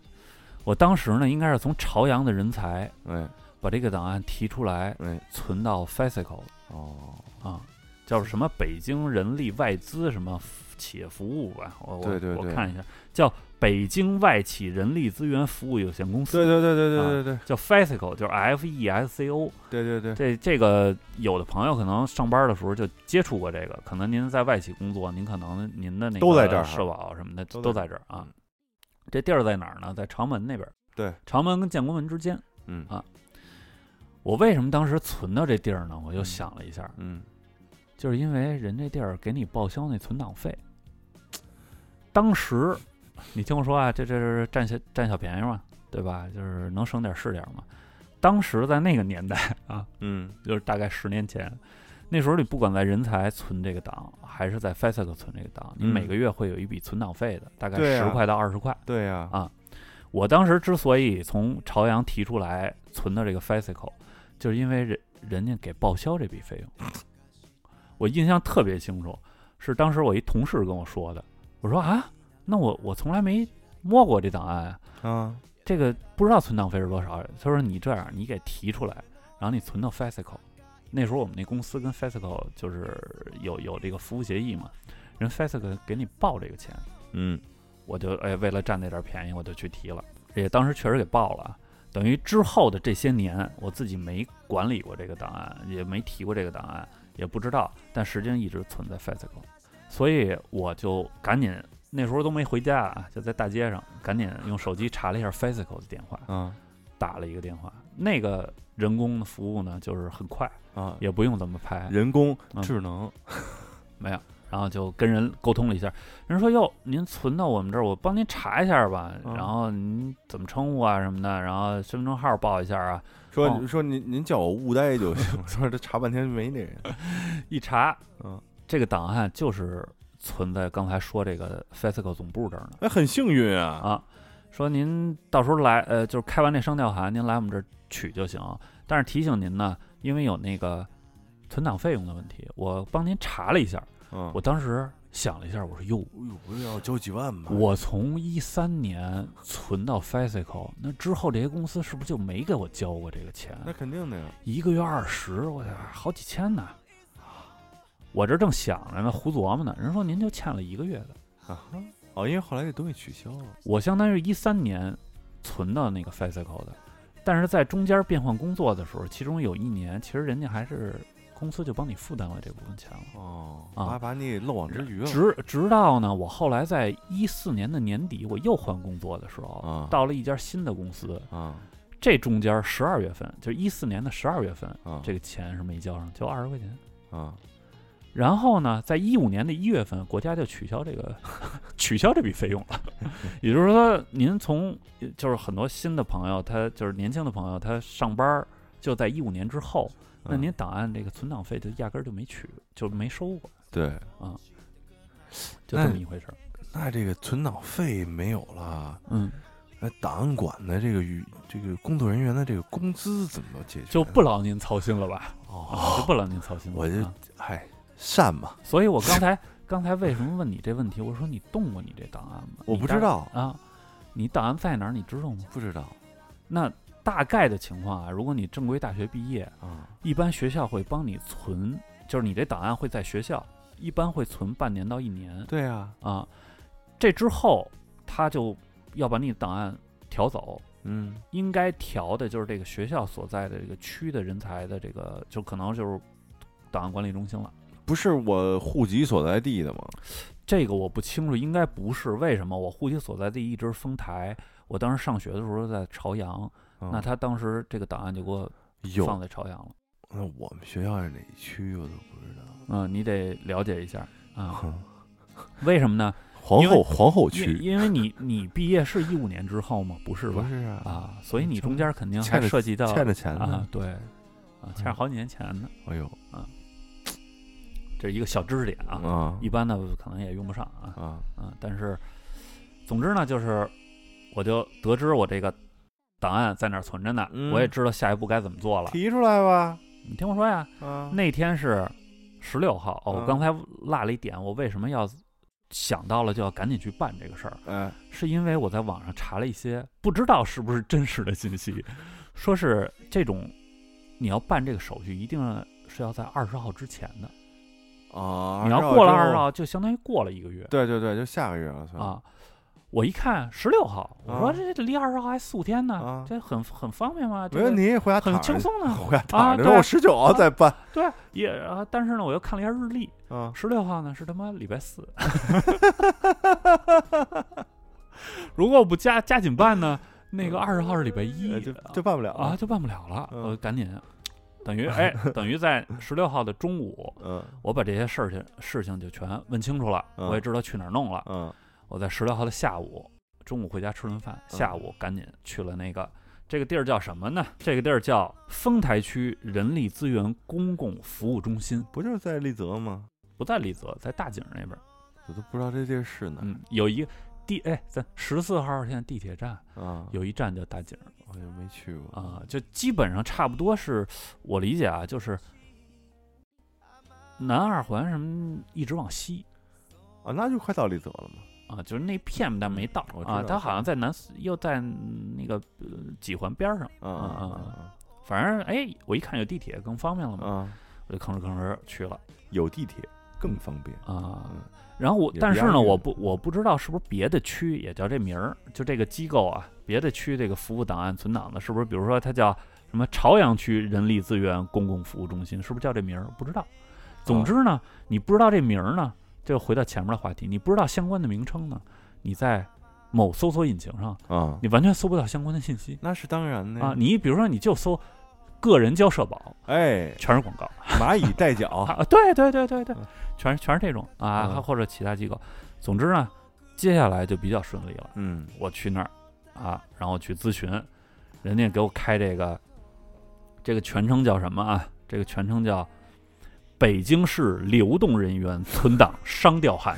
S3: 我当时呢，应该是从朝阳的人才
S2: 哎
S3: 把这个档案提出来，
S2: 哎
S3: 存到 Fascicle
S2: 哦。
S3: 啊，叫什么北京人力外资什么企业服务吧，我我
S2: 对对
S3: 我
S2: 对
S3: 看一下，叫北京外企人力资源服务有限公司，
S2: 对对对对对对
S3: 叫 Fascico，就是 F E S C O。
S2: 对对对对，
S3: 这这个有的朋友可能上班的时候就接触过这个，可能您在外企工作，您可能您的那个
S2: 都在这儿啊
S3: 社保什么的
S2: 都在嗯
S3: 都在这儿啊。这地儿在哪儿呢？在长门那边。
S2: 对，
S3: 长门跟建国门之间。
S2: 嗯
S3: 我为什么当时存到这地儿呢？我就
S2: 嗯
S3: 想了一下，
S2: 嗯
S3: 就是因为人这地儿给你报销那存档费。当时，你听我说啊，这这是占小占小便宜嘛，对吧？就是能省点儿是点儿嘛。当时在那个年代， [LAUGHS]
S2: 嗯
S3: 就是大概十年前，那时候你不管在人才存这个档，还是在 FASC 存这个档，你
S2: 嗯
S3: 每个月会有一笔存档费的，大概
S2: 对啊
S3: 十块到二十块。
S2: 对呀
S3: 啊我当时之所以从朝阳提出来存的这个 FASCO，就是因为人人家给报销这笔费用。我印象特别清楚，是当时我一同事跟我说的。我说啊，那我我从来没摸过这档案啊，
S2: 啊
S3: 这个不知道存档费是多少。他说你这样，你给提出来，然后你存到 FASCO。那时候我们那公司跟 FASCO 就是有有这个服务协议嘛，人 FASCO 给你报这个钱。
S2: 嗯
S3: 我就哎为了占那点便宜，我就去提了，也当时确实给报了啊。等于之后的这些年，我自己没管理过这个档案，也没提过这个档案，也不知道，但时间一直存在 Fasco，所以我就赶紧那时候都没回家啊，就在大街上赶紧用手机查了一下 Fasco 的电话，
S2: 啊
S3: 打了一个电话。那个人工的服务呢，就是很快，
S2: 啊，
S3: 也不用怎么排，
S2: 人工
S3: 嗯
S2: 智能
S3: 没有。然后就跟人沟通了一下，人说：“哟，您存到我们这儿，我帮您查一下吧。
S2: 嗯
S3: 然后您怎么称呼啊什么的，然后身份证号报一
S2: [LAUGHS]
S3: 下啊。
S2: 说、
S3: 哦
S2: 说您您叫我雾呆就行， [LAUGHS] 说这查半天没那人，
S3: 一查，
S2: 嗯，
S3: 这个档案就是存在刚才说这个 FESCO 总部这儿呢
S2: 哎，很幸运啊，
S3: 啊。说您到时候来，呃，就是开完这商调函，您来我们这儿取就行。但是提醒您呢，因为有那个存档费用的问题，我帮您查了一下。
S2: 嗯，
S3: 我当时想了一下，我说：哟，
S2: 哎呦，不是要交几万吧
S3: 我从一三年存到 Fascicle，那之后这些公司是不是就没给我交过这个钱？
S2: 那肯定的呀，
S3: 一个月二十，我操，好几千呢。我这正想着呢，胡琢磨呢，人说您就欠了一个月的，
S2: 啊哈，哦，因为后来这东西取消了，
S3: 我相当于一三年存到那个 Fesico 的，但是在中间变换工作的时候，其中有一年，其实人家还是公司就帮你负担了这部分钱了。
S2: 哦，
S3: 啊
S2: 把把你漏网之鱼了，
S3: 直直到呢，我后来在一四年的年底，我又换工作的时候，
S2: 啊
S3: 到了一家新的公司，
S2: 啊
S3: 这中间十二月份，就是一四年的十二月份，
S2: 啊，
S3: 这个钱是没交上，就二十块钱。
S2: 啊
S3: 然后呢，在一五年的一月份，国家就取消这个 [LAUGHS] 取消这笔费用了。也就是说，您从就是很多新的朋友，他就是年轻的朋友，他上班儿就在一五年之后，那
S2: 嗯
S3: 您档案这个存档费就压根儿就没取，就没收过，
S2: 对，
S3: 就
S2: 哎
S3: 这么一回事儿。
S2: 那这个存档费没有了，
S3: 嗯，
S2: 那档案馆的这个与这个工作人员的这个工资怎么解决呢？
S3: 就不劳您操心了吧？
S2: 哦，
S3: 啊，就不劳您操心了。
S2: 我就
S3: 啊
S2: 嗨善嘛，
S3: 所以，我刚才刚才为什么问你这问题？我说你动过你这档案吗？
S2: 我
S3: 你
S2: 不
S3: 大
S2: 知道，
S3: 啊，你档案在哪儿？你知道吗？
S2: 不知道
S3: 那大概的情况啊，如果你正规大学毕业，
S2: 啊
S3: 一般学校会帮你存，就是你这档案会在学校，一般会存半年到一年
S2: 对啊，
S3: 啊。这之后，他就要把你的档案调走，
S2: 嗯
S3: 应该调的就是这个学校所在的这个区的人才的这个，就可能就是档案管理中心了。
S2: 不是我户籍所在地的吗？
S3: 这个我不清楚，应该不是。为什么？我户籍所在地一直是丰台，我当时上学的时候在朝阳，
S2: 啊
S3: 那他当时这个档案就给我
S2: 有
S3: 放在朝阳了。
S2: 那我们学校是哪一区我都不知道。
S3: 嗯，你得了解一下
S2: [LAUGHS]
S3: 啊。为什么呢？
S2: 皇
S3: 因为
S2: 后皇后
S3: 因
S2: 区
S3: 因为你你毕业是一五年之后嘛，不是
S2: 不
S3: 吧？
S2: 是啊，
S3: 啊，所以你中间肯定
S2: 欠
S3: 还
S2: 着
S3: 涉及到
S2: 欠着钱
S3: 啊
S2: 呢，。嗯
S3: 对啊，欠着好几年钱呢。
S2: 哎呦
S3: 这是一个小知识点啊，
S2: 啊
S3: 一般的可能也用不上啊
S2: 啊
S3: 啊。但是，总之呢，就是我就得知我这个档案在哪儿存着呢，
S2: 嗯
S3: 我也知道下一步该怎么做了。
S2: 提出来吧
S3: 你听我说呀，
S2: 啊
S3: 那天是十六号哦，我
S2: 嗯
S3: 刚才落了一点，我为什么要想到了就要赶紧去办这个事儿？
S2: 哎
S3: 是因为我在网上查了一些不知道是不是真实的
S2: [LAUGHS]
S3: 信息，说是这种你要办这个手续，一定是要在二十号之前的。
S2: 啊，
S3: 你要过了
S2: 二
S3: 二
S2: 十
S3: 十
S2: 号
S3: 号，就相当于过了一个月
S2: 对对对，就下个月了算
S3: 啊。我一看十六号，我
S2: 啊
S3: 说这这离二十号还四五天
S2: 啊
S3: 呢，这很很方便嘛，这
S2: 没
S3: 个
S2: 问题，回家
S3: 很
S2: 躺着
S3: 轻松的。
S2: 回家躺着，
S3: 啊对
S2: [LAUGHS]
S3: 啊
S2: 我十九号再办
S3: 对，也啊，但是呢，我又看了一下日历，
S2: 啊
S3: 十六号呢是他妈礼
S2: [LAUGHS]
S3: 拜四。如果我不加加紧办呢，那个二十号是礼拜一
S2: 嗯呃，就就办不了
S3: 啊，就办不了了。
S2: 嗯
S3: 我赶紧，
S2: [LAUGHS]
S3: 等于哎，等于在十六号的中午，
S2: 嗯
S3: 我把这些事情事情就全问清楚了，
S2: 嗯
S3: 我也知道去哪儿弄了。
S2: 嗯
S3: 我在十六号的下午，中午回家吃顿饭，下午赶紧去了那个。这个地儿叫什么呢？这个地儿叫丰台区人力资源公共服务中心，
S2: 不就是在丽泽吗？
S3: 不在丽泽，在大井那边。
S2: 我都不知道这地儿是哪儿
S3: 嗯，有一个地哎，咱十四号线地铁站
S2: 啊，
S3: 嗯有一站叫大井儿
S2: 我就没去过
S3: 啊、就基本上差不多是我理解啊，就是南二环什么一直往西
S2: 啊，那就快到丽泽了嘛。
S3: 啊、就是那片但没到
S2: 嗯我知
S3: 啊、
S2: 道
S3: 它好像在南四又在嗯那个、呃几环边儿上，
S2: 啊啊
S3: 反正哎，我一看有地铁更方便了
S2: 啊
S3: 嘛，
S2: 啊！嗯
S3: 我就吭哧吭哧去了
S2: 有地铁更方便。
S3: 啊。
S2: 嗯
S3: 然后我
S2: 也，
S3: 但
S2: 不
S3: 是
S2: 押
S3: 呢，
S2: 韵
S3: 我不我不知道是不是别的区也叫这名儿，就这个机构啊，别的区这个服务档案存档的，是不是比如说它叫什么朝阳区人力资源公共服务中心，是不是叫这名儿？不知道。总之呢，你不知道这名儿呢，这就回到前面的话题，你不知道相关的名称呢，你在某搜索引擎上，
S2: 啊，
S3: 你完全搜不到相关的信息
S2: 那是当然的呀
S3: 啊。你比如说，你就搜个人交社保，
S2: 哎，
S3: 全是广告。
S2: 蚂蚁代缴
S3: [LAUGHS] 啊，对对对对对
S2: 嗯，
S3: 全是全是这种啊，
S2: 嗯
S3: 或者其他机构。总之呢，接下来就比较顺利了。
S2: 嗯
S3: 我去那儿啊，然后去咨询，人家给我开这个，这个全称叫什么啊？这个全称叫北京市流动人员存档商调函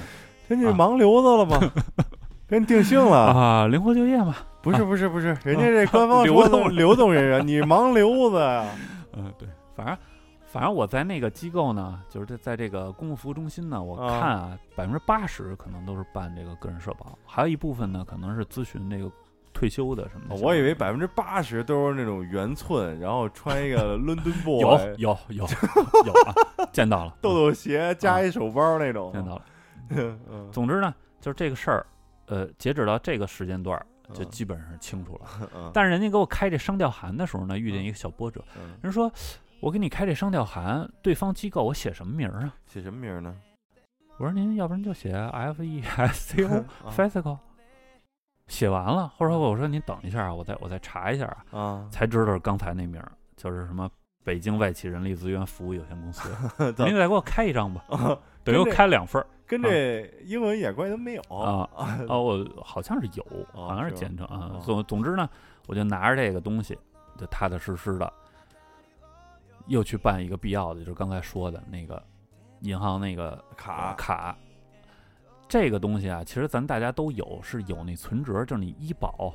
S2: 人家
S3: 啊
S2: 盲流子了吗？
S3: [LAUGHS]
S2: 人定性了，
S3: 啊，灵活就业嘛。
S2: 不是不是不是，人家这官方
S3: [LAUGHS] 流
S2: 说
S3: 动
S2: 的流动人员，你盲流子呀？
S3: 嗯，对，反正。反正我在那个机构呢，就是在在这个公共服务中心呢，我
S2: 啊
S3: 看啊，百分之八十可能都是办这个个人社保，还有一部分呢，可能是咨询这个推退休的什么的。
S2: 哦我以为百分之八十都是那种圆寸，然后穿一
S3: [LAUGHS]
S2: 个伦敦 boy，
S3: 有啊有
S2: [LAUGHS]
S3: 有有啊，见到了，
S2: 豆豆鞋加一手包那种。 [LAUGHS]
S3: 见到了。
S2: 嗯
S3: 总之呢，就是这个事儿，呃，截止到这个时间段儿
S2: 嗯
S3: 就基本上是
S2: [LAUGHS]
S3: 清楚了。
S2: 嗯
S3: 但是人家给我开这商调函的时候呢，遇见一个小波折，
S2: 嗯
S3: 人说我给你开这商调函，对方机构我写什么名儿啊？
S2: 写什么名 [LAUGHS] 呢？
S3: 我说您要不然就写 F E S
S2: [LAUGHS]
S3: C O
S2: 啊
S3: Festival，写完了，或者说我说您等一下啊，我再我再查一下啊，
S2: 啊，
S3: 才知道刚才那名儿就是什么北京外企人力资源服务有限
S2: [LAUGHS]
S3: 公司，
S2: 咱
S3: 您再给我开一张吧，
S2: 啊
S3: 等于
S2: 跟
S3: 我
S2: 这
S3: 开两
S2: [LAUGHS]
S3: 份儿
S2: 跟这英文一点关系都没有
S3: 啊。哦，我好像是有，
S2: 哦
S3: 好像
S2: 是吧
S3: 简称啊
S2: 哦。
S3: 总总之呢，我就拿着这个东西，就踏踏实实的，又去办一个必要的，就是刚才说的那个银行那个
S2: [LAUGHS] 卡
S3: 卡。这个东西啊，其实咱大家都有，是有那存折，就是你医保，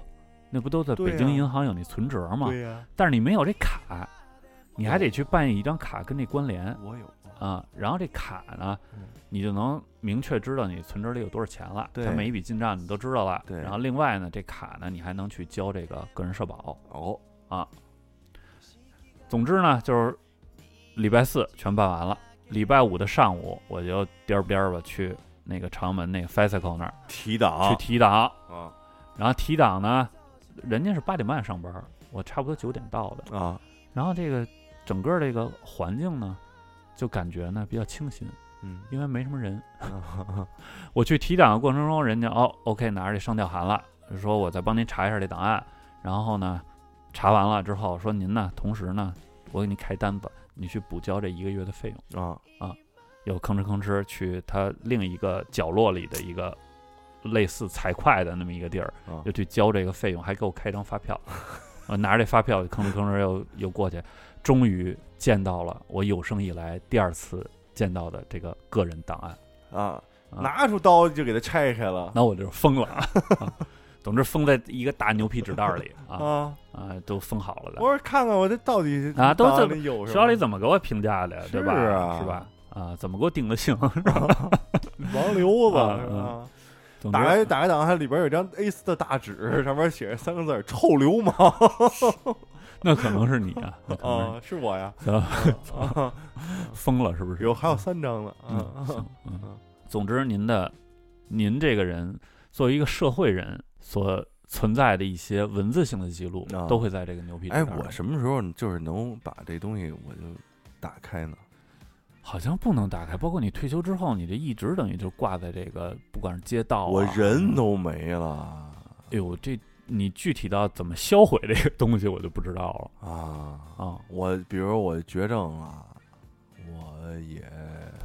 S3: 那不都在
S2: 对
S3: 北京
S2: 呀
S3: 银行有那存折吗？
S2: 对呀，
S3: 但是你没有这卡，你还
S2: 有
S3: 得去办一张卡跟这关联
S2: 我有
S3: 啊。然后这卡呢
S2: 嗯，
S3: 你就能明确知道你存折里有多少钱了，
S2: 对
S3: 它每一笔进账你都知道了。
S2: 对
S3: 然后另外呢，这卡呢，你还能去交这个个人社保。
S2: 哦，
S3: 总之呢，就是礼拜四全办完了，礼拜五的上午我就颠儿颠儿吧去那个长门那个 FESICO 那儿
S2: 提
S3: 去
S2: 档
S3: 提档，
S2: 啊
S3: 然后提档呢，人家是八点半上班，我差不多九点到的。
S2: 啊，
S3: 然后这个整个这个环境呢，就感觉呢比较清新，
S2: 嗯
S3: 因为没什么人。 [LAUGHS]
S2: 啊
S3: 我去提档的过程中，人家哦，OK，拿着这上调函了，说我再帮您查一下这档案。然后呢，查完了之后说您呢，同时呢，我给您开单子，你去补交这一个月的费用。
S2: 啊
S3: 又吭哧吭哧去他另一个角落里的一个类似财会的那么一个地儿，
S2: 啊
S3: 又去交这个费用，还给我开一张发票。 [LAUGHS] 我拿着这发票吭哧吭哧又又过去，终于见到了我有生以来第二次见到的这个个人档案。
S2: 啊，
S3: 啊
S2: 拿出刀就给它拆开了
S3: 那我就是疯了啊！ [LAUGHS] 啊总之封在一个大牛皮纸袋里啊
S2: 啊！
S3: 啊，都封好了的。
S2: 我说看看我这到底
S3: 啊都
S2: 档
S3: 这
S2: 案里有什
S3: 学校
S2: 么
S3: 里怎么给我评价的呀？对吧？
S2: 是啊
S3: 是吧？啊，怎么给我定的性？ [LAUGHS]
S2: 王流子
S3: 啊
S2: 是吧？
S3: 总
S2: 打开
S3: 之，
S2: 打开档案，里边有一张 A 4的大纸， [LAUGHS] 上面写着三个字儿“臭流
S3: [LAUGHS]
S2: 氓
S3: 那可能是你啊，那”可能
S2: 啊，是我呀，
S3: 是你 [LAUGHS] 啊
S2: [LAUGHS] 啊，
S3: 疯了是不是？
S2: 有还有三张呢，
S3: 嗯
S2: 啊，
S3: 嗯
S2: 嗯
S3: 总之，您的您这个人作为一个社会人所存在的一些文字性的记录，
S2: 啊
S3: 都会在这个牛皮纸
S2: 哎，
S3: 袋里
S2: 我什么时候就是能把这东西我就打开呢？
S3: 好像不能打开，包括你退休之后，你这一直等于就挂在这个，不管是街道、啊，
S2: 我人，都没了
S3: 哎呦，这你具体到怎么销毁这个东西，我就不知道了
S2: 啊！
S3: 啊。
S2: 我比如我绝症了，我也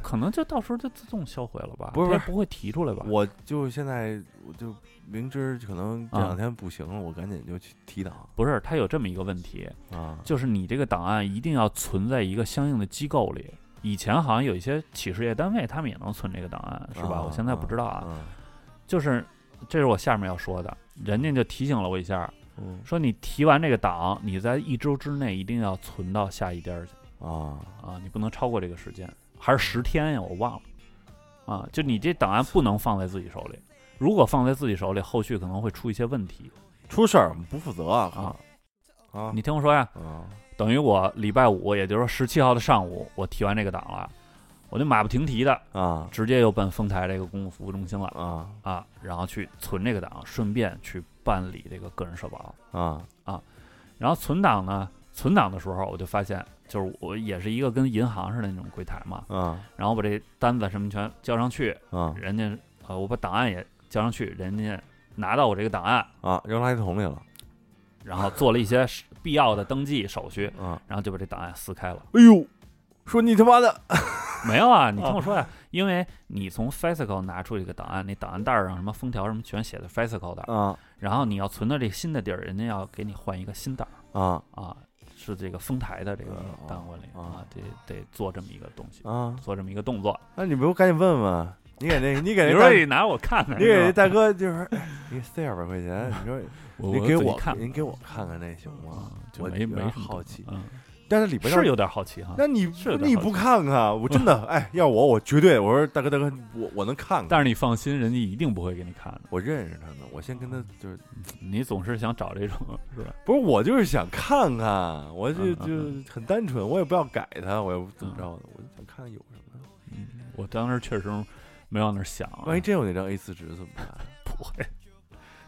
S3: 可能就到时候就自动销毁了吧？
S2: 不是
S3: 它也
S2: 不
S3: 不会提出来吧？
S2: 我就现在我就明知可能这
S3: 嗯
S2: 两天不行了，我赶紧就去提档
S3: 不是，它有这么一个问题，
S2: 啊
S3: 就是你这个档案一定要存在一个相应的机构里。以前好像有一些企事业单位，他们也能存这个档案，是吧？
S2: 啊
S3: 我现在不知道啊。
S2: 啊
S3: 就是，这是我下面要说的，人家就提醒了我一下，
S2: 嗯
S3: 说你提完这个档，你在一周之内一定要存到下一颠儿去
S2: 啊
S3: 啊，你不能超过这个时间，还是十天呀，我忘了。啊，就你这档案不能放在自己手里，如果放在自己手里，后续可能会出一些问题
S2: 出事儿我们不负责啊啊
S3: 你听我说呀，
S2: 啊
S3: 等于我礼拜五，也就是说十七号的上午，我提完这个档了，我就马不停蹄的
S2: 啊
S3: 直接又奔丰台这个公共服务中心了
S2: 啊
S3: 啊，然后去存这个档，顺便去办理这个个人社保。
S2: 啊
S3: 然后存档呢，存档的时候我就发现，就是我也是一个跟银行似的那种柜台嘛，
S2: 啊
S3: 然后我把这单子什么全交上去，
S2: 啊
S3: 人家呃我把档案也交上去，人家拿到我这个档案，
S2: 啊扔垃圾桶里了
S3: 然后做了一些是必要的登记手续，
S2: 啊！
S3: 然后就把这档案撕开了。
S2: 哎呦，说你他妈的
S3: [LAUGHS] 没有啊，你听我说呀、因为你从 FESICO 拿出这个档案，那档案袋儿上什么封条什么全写的 FESICO 的，
S2: 啊
S3: 然后你要存到这个新的地儿，人家要给你换一个新档
S2: 啊
S3: 啊，是这个丰台的这个
S2: 嗯
S3: 单位里
S2: 啊
S3: 啊，得得做这么一个东西。
S2: 啊！
S3: 做这么一个动作。
S2: 那你不赶紧问问？你给
S3: [LAUGHS]
S2: 那，你给
S3: 你
S2: 那大
S3: 说你拿我看看，
S2: 哎你给
S3: 是
S2: 那
S3: 吧
S2: 大哥就是， [LAUGHS] 哎你塞二百块钱，你说你
S3: 我
S2: 给
S3: 自己
S2: 我
S3: 看，
S2: 您给我看看那行吗？
S3: 啊，就
S2: 我
S3: 没
S2: 有点
S3: 没什么
S2: 好奇，
S3: 嗯，
S2: 但是里边要
S3: 是有点好奇哈。
S2: 那你
S3: 是有点
S2: 你
S3: 好
S2: 不
S3: 奇
S2: 看看？我真的，哎，要我我绝对，我说大哥大哥，我我能看看，
S3: 但是你放心，人家一定不会给你看的。
S2: 我认识他呢，我先跟他就是，
S3: 你总是想找这种是吧？
S2: 不是我就是想看看，我就
S3: 嗯嗯
S2: 就很单纯，我也不要改他，我也不怎么着的，我就想看看有什么。
S3: 我当时确实没往那儿想啊，
S2: 嗯万一真有那张 A 四纸怎么办？
S3: 不会。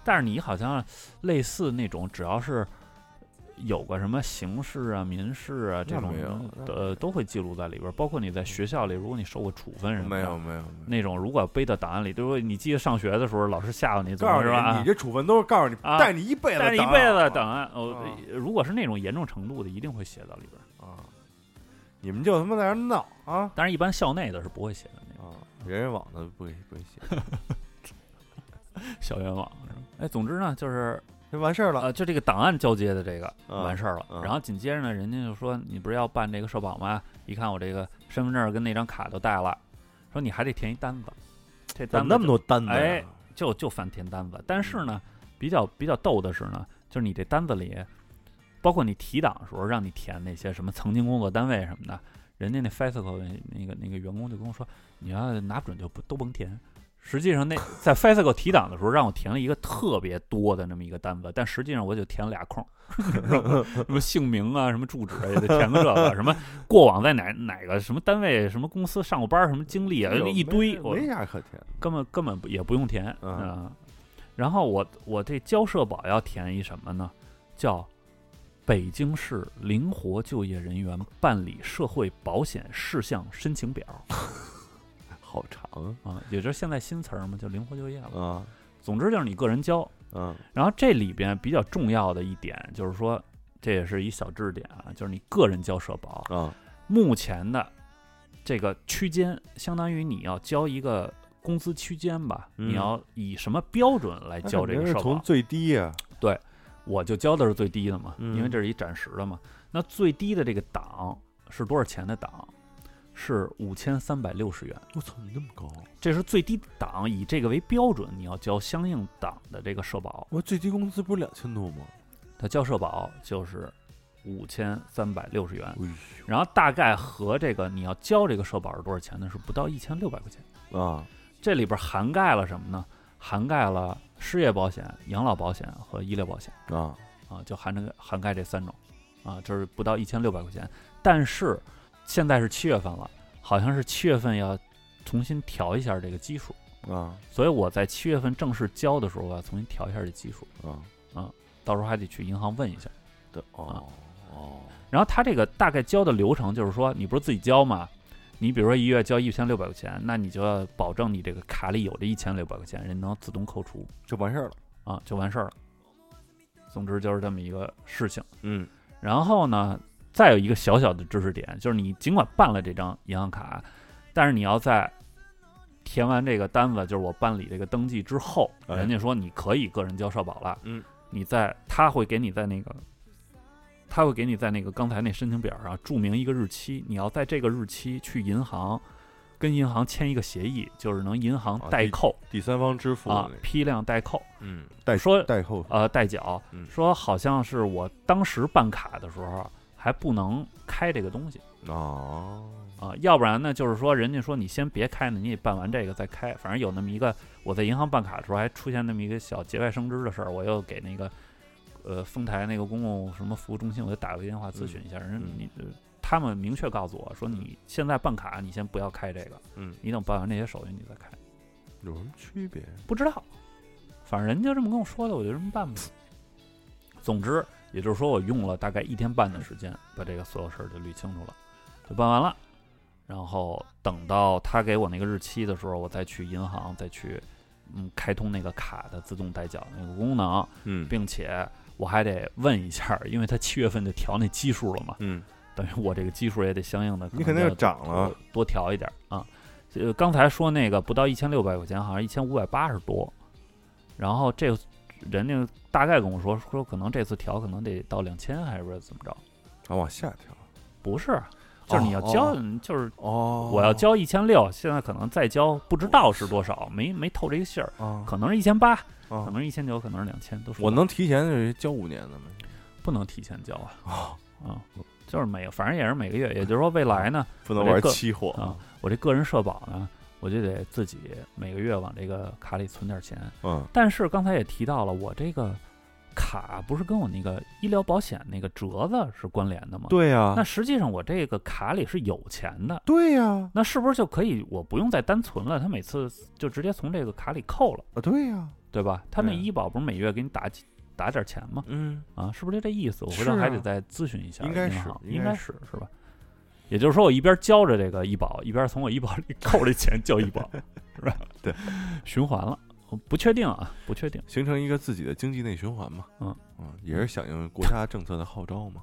S3: 但是你好像类似那种，只要是有个什么刑事啊、民事啊这
S2: 那
S3: 种
S2: 没有
S3: 的，
S2: 那
S3: 呃，都会记录在里边儿。包括你在学校里，如果你受过处分什么的，
S2: 没有没有，没有
S3: 那种，如果背到档案里，就是你记得上学的时候，老师吓唬你，怎
S2: 告
S3: 么
S2: 诉
S3: 是
S2: 你，
S3: 吧
S2: 你？这处分都是告诉你
S3: 啊
S2: 带你一辈子，
S3: 但是一辈子档
S2: 等啊
S3: 案，哦，如果是那种严重程度的，一定会写到里边儿。
S2: 啊！你们就他妈在那儿闹啊
S3: 但是一般校内的是不会写的那种
S2: 啊！人人网的不给不给写，
S3: 校园网是吧。哎，总之呢，就是
S2: 就完事儿了。
S3: 呃，就这个档案交接的这个
S2: 嗯
S3: 完事儿了。
S2: 嗯
S3: 然后紧接着呢，人家就说你不是要办这个社保吗？一看我这个身份证跟那张卡都带了，说你还得填一单子，这
S2: 怎
S3: 单
S2: 么
S3: 子
S2: 那么多单子呀？
S3: 哎就就翻填单子。但是
S2: 嗯
S3: 呢，比较比较逗的是呢，就是你这单子里，包括你提档的时候让你填那些什么曾经工作单位什么的，人家那 FESCO 那个那个员工就跟我说，你要拿不准就不都甭填。实
S2: [LAUGHS]
S3: 际上那在 FESCO 提档的时候，让我填了一个特别多的那么一个单子，但实际上我就填了俩空，什么 [LAUGHS] 姓名啊，什么住址啊，也得填个这个，什么过往在哪哪个什么单位、什么公司上过班儿，什么经历啊，
S2: 没有
S3: 一堆，
S2: 哎没
S3: 我
S2: 没啥可填的。
S3: 根本根本不也不用填
S2: 嗯
S3: 啊然后我我这交社保要填一什么呢？叫北京市灵活就业人员办理社会保险事项申请表
S2: 好长
S3: 啊，也就是现在新词儿嘛，就灵活就业了。
S2: 啊，
S3: 总之就是你个人交。
S2: 嗯
S3: 然后这里边比较重要的一点就是说，这也是一小知识点啊，就是你个人交社保，
S2: 啊，
S3: 目前的这个区间，相当于你要交一个工资区间吧，
S2: 嗯
S3: 你要以什么标准来交这个
S2: 是
S3: 社
S2: 从
S3: 保？
S2: 最低呀，
S3: 我就交的是最低的嘛，
S2: 嗯
S3: 因为这是一暂时的嘛。那最低的这个档是多少钱的档？是五千三百六十元，
S2: 我操，你那么高！
S3: 这是最低档，以这个为标准，你要交相应档的这个社保。
S2: 我最低工资不是两千多吗？
S3: 它交社保就是五千三百六十元，
S2: 哎
S3: 然后大概和这个你要交这个社保是多少钱呢？是不到一千六百块钱。
S2: 呦啊，
S3: 这里边涵盖了什么呢？涵盖了失业保险、养老保险和医疗保险
S2: 啊，
S3: 啊，就含这个涵盖这三种啊，这是不到一千六百块钱。但是现在是七月份了，好像是七月份要重新调一下这个基数，
S2: 啊
S3: 所以我在七月份正式交的时候，我要重新调一下这基数，
S2: 啊
S3: 到时候还得去银行问一下。
S2: 对哦哦，
S3: 然后他这个大概交的流程就是说，你不是自己交吗？你比如说一月交一千六百块钱，那你就要保证你这个卡里有这一千六百块钱，人能自动扣除。
S2: 就完事儿了。
S3: 啊，就完事儿了。总之就是这么一个事情。
S2: 嗯
S3: 然后呢，再有一个小小的知识点，就是你尽管办了这张银行卡，但是你要在填完这个单子，就是我办理这个登记之后，
S2: 哎
S3: 人家说你可以个人交社保了，
S2: 嗯，
S3: 你在他会给你在那个。他会给你在那个刚才那申请表上注明一个日期，你要在这个日期去银行，跟银行签一个协议，就是能银行
S2: 啊
S3: 代
S2: 对
S3: 扣
S2: 第三方支付
S3: 啊
S2: 的那，个
S3: 批量代扣。
S2: 嗯，代
S3: 说
S2: 代扣
S3: 呃代缴
S2: 嗯，
S3: 说好像是我当时办卡的时候还不能开这个东西
S2: 哦，
S3: 啊、要不然呢就是说人家说你先别开呢，你也办完这个再开，反正有那么一个我在银行办卡的时候还出现那么一个小节外生枝的事儿，我又给那个呃丰台那个公共什么服务中心我就打了个电话咨询一下，人家
S2: 嗯
S3: 你。呃他们明确告诉我说，你现在办卡，你先不要开这个，
S2: 嗯，
S3: 你等办完这些手续你再开。
S2: 有什么区别？
S3: 不知道，反正人家这么跟我说的，我就这么办吧。总之，也就是说，我用了大概一天半的时间，把这个所有事儿就捋清楚了，就办完了。然后等到他给我那个日期的时候，我再去银行，再去嗯开通那个卡的自动代缴那个功能，
S2: 嗯
S3: 并且我还得问一下，因为他七月份就调那基数了嘛，
S2: 嗯，
S3: 等于我这个基数也得相应的，
S2: 你肯定
S3: 要
S2: 是涨了
S3: 多，多调一点儿啊。呃，刚才说那个不到一千六百块钱，好像一千五百八十多，然后这个人家大概跟我说说，可能这次调可能得到两千，还是怎么着？
S2: 啊，往下调
S3: 不是，就是你要
S2: 哦
S3: 交，
S2: 哦
S3: 就是
S2: 哦
S3: 我要交一千六，现在可能再交不知道是多少，没没透这个信儿，
S2: 啊
S3: 可能是一千八，可
S2: 啊，
S3: 能是一千九，可能是两千，都是
S2: 我能提前就是交五年的吗？
S3: 不能提前交啊。
S2: 哦
S3: 啊，就是每个反正也是每个月，也就是说未来呢，
S2: 不能
S3: 我这
S2: 玩
S3: 个
S2: 期货
S3: 啊，我这个人社保呢，我就得自己每个月往这个卡里存点钱。
S2: 嗯
S3: 但是刚才也提到了，我这个卡不是跟我那个医疗保险那个折子是关联的吗？。
S2: 对啊呀、
S3: 那实际上我这个卡里是有钱的，
S2: 对呀、
S3: 那是不是就可以我不用再单存了？他每次就直接从这个卡里扣了，
S2: 啊，对呀、
S3: 对吧？他那
S2: 对啊
S3: 医保不是每月给你打几打点钱吗？
S2: 嗯，
S3: 啊，是不是就这意思？我回
S2: 是
S3: 头还
S2: 啊
S3: 得再咨询一下
S2: 应
S3: 银
S2: 该
S3: 行，
S2: 是应
S3: 应
S2: 该
S3: 该是是吧？也就是说，我一边交着这个医保，一边从我医保里 [LAUGHS] 扣这钱交医保，是吧？
S2: 对，
S3: [LAUGHS] 循环了，我不确定啊，不确定。
S2: 形成一个自己的经济内循环嘛。
S3: 嗯
S2: 也是响应国家政策的号召嘛。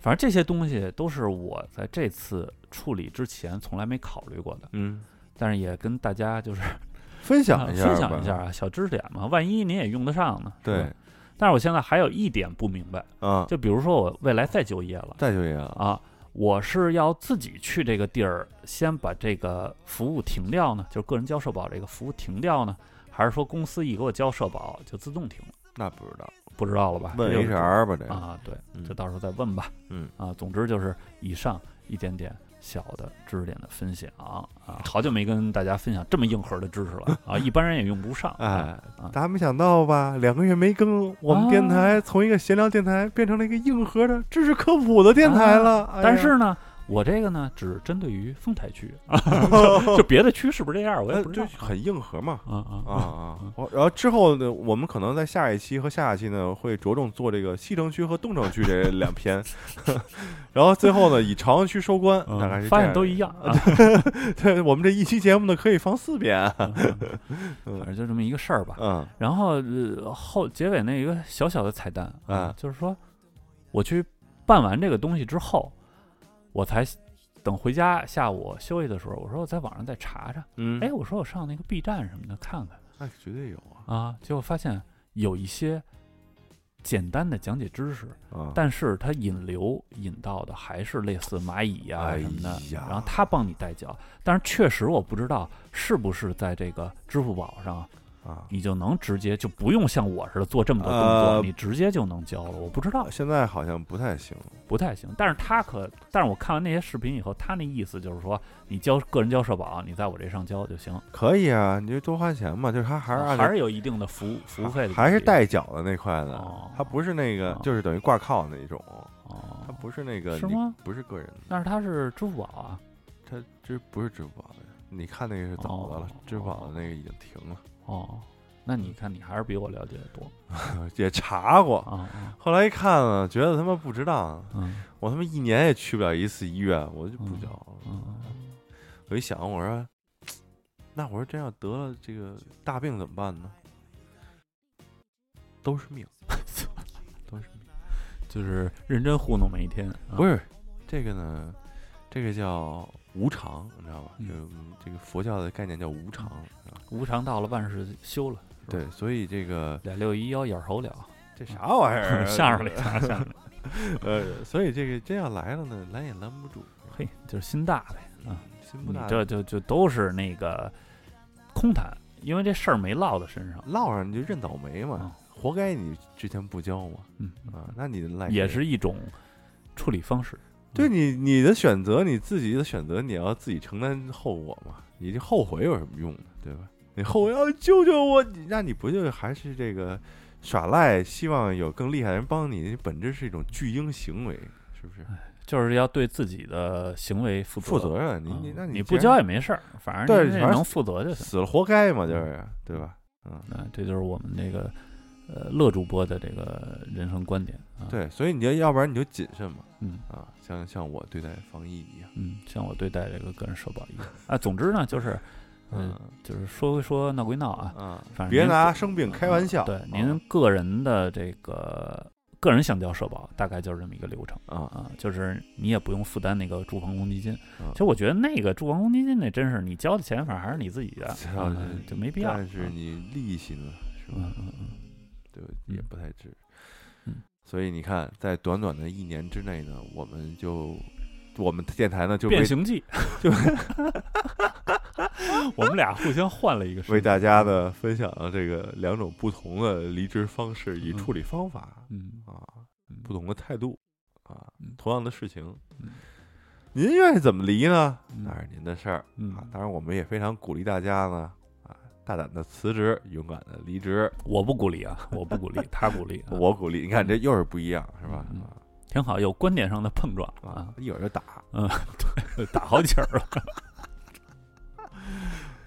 S3: 反正这些东西都是我在这次处理之前从来没考虑过的，
S2: 嗯，
S3: 但是也跟大家就是 [LAUGHS]
S2: 分
S3: 啊
S2: 享一下，
S3: 分享一下。啊，小知识点嘛，万一您也用得上呢。是吧
S2: 对，
S3: 但是我现在还有一点不明白，
S2: 啊，
S3: 就比如说我未来再就业了
S2: 再就业啊，
S3: 啊，我是要自己去这个地儿先把这个服务停掉呢，就是个人交社保这个服务停掉呢，还是说公司一给我交社保就自动停了？
S2: 那不知道，
S3: 不知道了吧？
S2: 问
S3: 这就是
S2: HR 吧，这个。
S3: 啊，对，
S2: 嗯
S3: 这到时候再问吧。
S2: 嗯
S3: 啊，总之就是以上一点点小的知识点的分享啊，好久没跟大家分享这么硬核的知识了啊，一般人也用不上。啊，
S2: 哎，大家没想到吧？两个月没更，我们电台从一个闲聊电台变成了一个硬核的知识科普的电台了。哎呀
S3: 啊但是呢，我这个呢只针对于丰
S2: [LAUGHS]
S3: 台区啊，就别的区是不是这样，我也
S2: 呃
S3: 不知
S2: 就
S3: 道。
S2: 很硬核嘛。
S3: 啊啊 [LAUGHS]
S2: 啊
S3: 啊！
S2: 啊
S3: 嗯！
S2: 我然后之后呢，我们可能在下一期和下下期呢，会着重做这个西城区和东城区这两篇， [LAUGHS] 然后最后呢，以朝阳区收官，
S3: 嗯
S2: 大概是这
S3: 发现
S2: 样
S3: 都
S2: 的
S3: 一。样 [LAUGHS] 啊，
S2: [LAUGHS] 对，我们这一期节目呢，可以放四遍。
S3: 嗯嗯反正就这么一个事儿吧。
S2: 嗯
S3: 然后呃后结尾那一个小小的彩蛋
S2: 啊
S3: 就是说我去办完这个东西之后，我才等回家下午休息的时候，我说我在网上再查查，
S2: 嗯，
S3: 哎，，我说我上那个 B 站什么的看看
S2: 那绝对有啊
S3: 啊，结果发现有一些简单的讲解知识，
S2: 啊！
S3: 但是它引流引到的还是类似蚂蚁呀、
S2: 哎
S3: 什么的，
S2: 呀
S3: 然后他帮你代缴，但是确实我不知道是不是在这个支付宝上
S2: 啊，
S3: 你就能直接就不用像我似的做这么多动作，
S2: 呃
S3: 你直接就能交了。我不知道，
S2: 啊现在好像不太行。
S3: 不太行。但是他可，但是我看完那些视频以后，他那意思就是说，你交个人交社保，你在我这上交就行，
S2: 可以啊，你就多花钱嘛，就是他还是按照
S3: 啊还是有一定的服务服务费的比例，
S2: 还是代缴的那块的，
S3: 哦
S2: 它不是那个
S3: 哦
S2: 就是等于挂靠那种，它
S3: 哦，
S2: 不是那个
S3: 是
S2: 你
S3: 吗
S2: 不是个人的，
S3: 但是他是支付宝啊，
S2: 它这不是支付宝的。你看那个是早的了
S3: 哦，
S2: 支付宝的那个已经停了，
S3: 哦，那你看你还是比我了解的多
S2: 呃也查过。
S3: 啊啊，
S2: 后来一看呢，觉得他妈不值当，
S3: 嗯
S2: 我他妈一年也去不了一次医院，我就不
S3: 嗯
S2: 交了。
S3: 嗯，
S2: 我一想，我说，那我说真要得了这个大病怎么办呢？都是命，都是命。
S3: 就是认真糊弄每一天，啊
S2: 不是这个呢，这个叫无常，你知道吧？
S3: 嗯
S2: 就这个佛教的概念叫无常。是吧
S3: 无常到了万事休了，是吧
S2: 对，所以这个
S3: 俩六一幺眼猴了， [LAUGHS]
S2: 这啥玩意儿？ [LAUGHS]
S3: 相 [LAUGHS] 声里啊相声里，
S2: 呃，所以这个真要来了呢，拦也拦不住。
S3: 嘿，就是心大呗。
S2: 嗯，心不
S3: 你
S2: 大，
S3: 这就就都是那个空谈，因为这事儿没落到身上。
S2: 落上你就认倒霉嘛，活该你之前不交嘛。
S3: 嗯，
S2: 啊，那你赖
S3: 也
S2: 谁
S3: 是一种处理方式。
S2: 对你你的选择，你自己的选择，你要自己承担后果嘛。你这后悔有什么用呢？对吧？你后悔要救救我，你那你不就还是这个耍赖，希望有更厉害的人帮你？你本质是一种巨婴行为，是不是？
S3: 哎就是要对自己的行为负责。
S2: 负责任，你
S3: 嗯，
S2: 你那
S3: 你
S2: 你
S3: 不交也没事儿，反正
S2: 对
S3: 你这
S2: 反正
S3: 能负责就行。
S2: 死了活该嘛，就是对吧？嗯，
S3: 啊，这就是我们这个呃乐主播的这个人生观点啊。，
S2: 对，所以你就要不然你就谨慎嘛，
S3: 嗯
S2: 啊，像像我对待防疫一样，
S3: 嗯，像我对待这个个人社保一样 [LAUGHS] 啊。总之呢，就是
S2: 嗯
S3: 嗯就是说归说，闹归闹啊，
S2: 啊，
S3: 反正
S2: 别
S3: 您嗯
S2: 拿生病开玩笑，
S3: 对
S2: 啊，
S3: 您个人的这个个人想交社保，大概就是这么一个流程
S2: 啊
S3: 啊，就是你也不用负担那个住房公积金。
S2: 嗯
S3: 其实我觉得那个住房公积金那真是你交的钱，反正还是你自己的，
S2: 是
S3: 啊
S2: 啊
S3: 就没必要。
S2: 但是
S3: 啊
S2: 你利息呢，是吧？
S3: 嗯嗯嗯，
S2: 对，也
S3: 嗯
S2: 不太值。
S3: 嗯，
S2: 所以你看，在短短的一年之内呢，我们就我们电台呢就为
S3: 变
S2: [LAUGHS]
S3: 形 [LAUGHS] 记，
S2: 就
S3: 我们俩互相换了一个身份
S2: 为大家呢分享了这个两种不同的离职方式与
S3: 嗯
S2: 处理方法、
S3: 嗯，
S2: 啊。
S3: 嗯
S2: 不同的态度啊
S3: 嗯，
S2: 同样的事情
S3: 嗯，
S2: 您愿意怎么离呢？
S3: 嗯
S2: 那是您的事儿
S3: 嗯
S2: 啊。当然，我们也非常鼓励大家呢啊，大胆的辞职，勇敢的离职。
S3: 我不鼓励啊，我不鼓励，他鼓励啊、
S2: 我鼓励，你看这又是不一样，是吧？
S3: 嗯挺好，有观点上的碰撞
S2: 啊
S3: 啊
S2: 啊，，一会儿就打。
S3: 打好几儿了。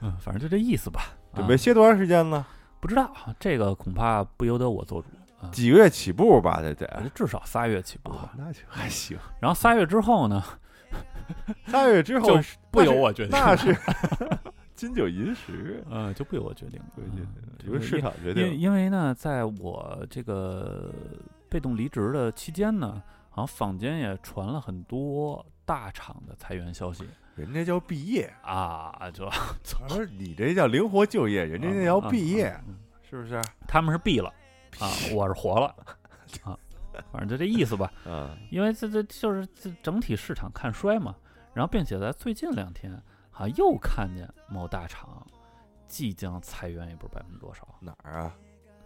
S3: 嗯，反正就这意思吧。啊
S2: 准备歇多长时间呢？
S3: 不知道这个恐怕不由得我做主，
S2: 几个月起步吧，这
S3: 我觉
S2: 得
S3: 得。至少仨月起步
S2: 啊
S3: 吧。
S2: 哎 [LAUGHS] 那就还行。
S3: 然后仨月之后呢，
S2: 仨月之后
S3: 就是不由，我决定，
S2: 那是 [LAUGHS] 金九银 [LAUGHS] 十，
S3: 呃，就不由我决定了。
S2: 对对
S3: 嗯
S2: 对，
S3: 这
S2: 由
S3: 个
S2: 市场决
S3: 因为
S2: 定。
S3: 因为呢，在我这个被动离职的期间呢，好像坊间也传了很多大厂的裁员消息
S2: 人家叫毕业，
S3: 啊，就
S2: 我说你这叫灵活就业，人家那叫毕业，
S3: 嗯嗯嗯
S2: 是不是？
S3: 他们是毕了
S2: [LAUGHS]
S3: 啊，我是活了 [LAUGHS] 啊，反正就这意思吧。
S2: 啊，
S3: 因为这这就是这整体市场看衰嘛，然后并且在最近两天好像又看见某大厂即将裁员，也不是百分之多少，
S2: 哪儿啊？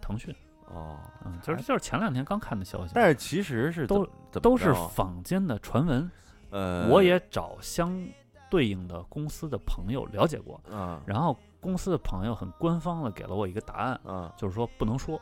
S3: 腾讯，
S2: 哦，
S3: 嗯，就是就是前两天刚看的消息，
S2: 但是其实是
S3: 都
S2: 怎么怎么
S3: 都是
S2: 着啊
S3: 坊间的传闻，
S2: 呃，
S3: 我也找相对应的公司的朋友了解过，
S2: 啊
S3: 然后公司的朋友很官方的给了我一个答案，
S2: 啊，
S3: 就是说不能说，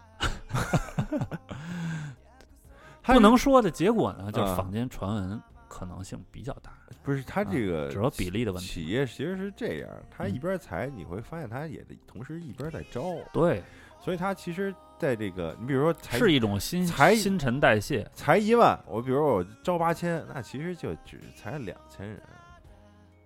S2: 他
S3: 不能说的结果呢，就是
S2: 啊
S3: 坊间传闻可能性比较大，
S2: 不是他这个
S3: 啊只有比例的问题。
S2: 企业其实是这样，他
S3: 嗯
S2: 一边裁，你会发现他也得同时一边在招，
S3: 对，
S2: 所以他其实在这个，你比如说裁
S3: 是一种新
S2: 才
S3: 新陈代谢，
S2: 裁一万，我比如说我招八千，那其实就只裁两千人，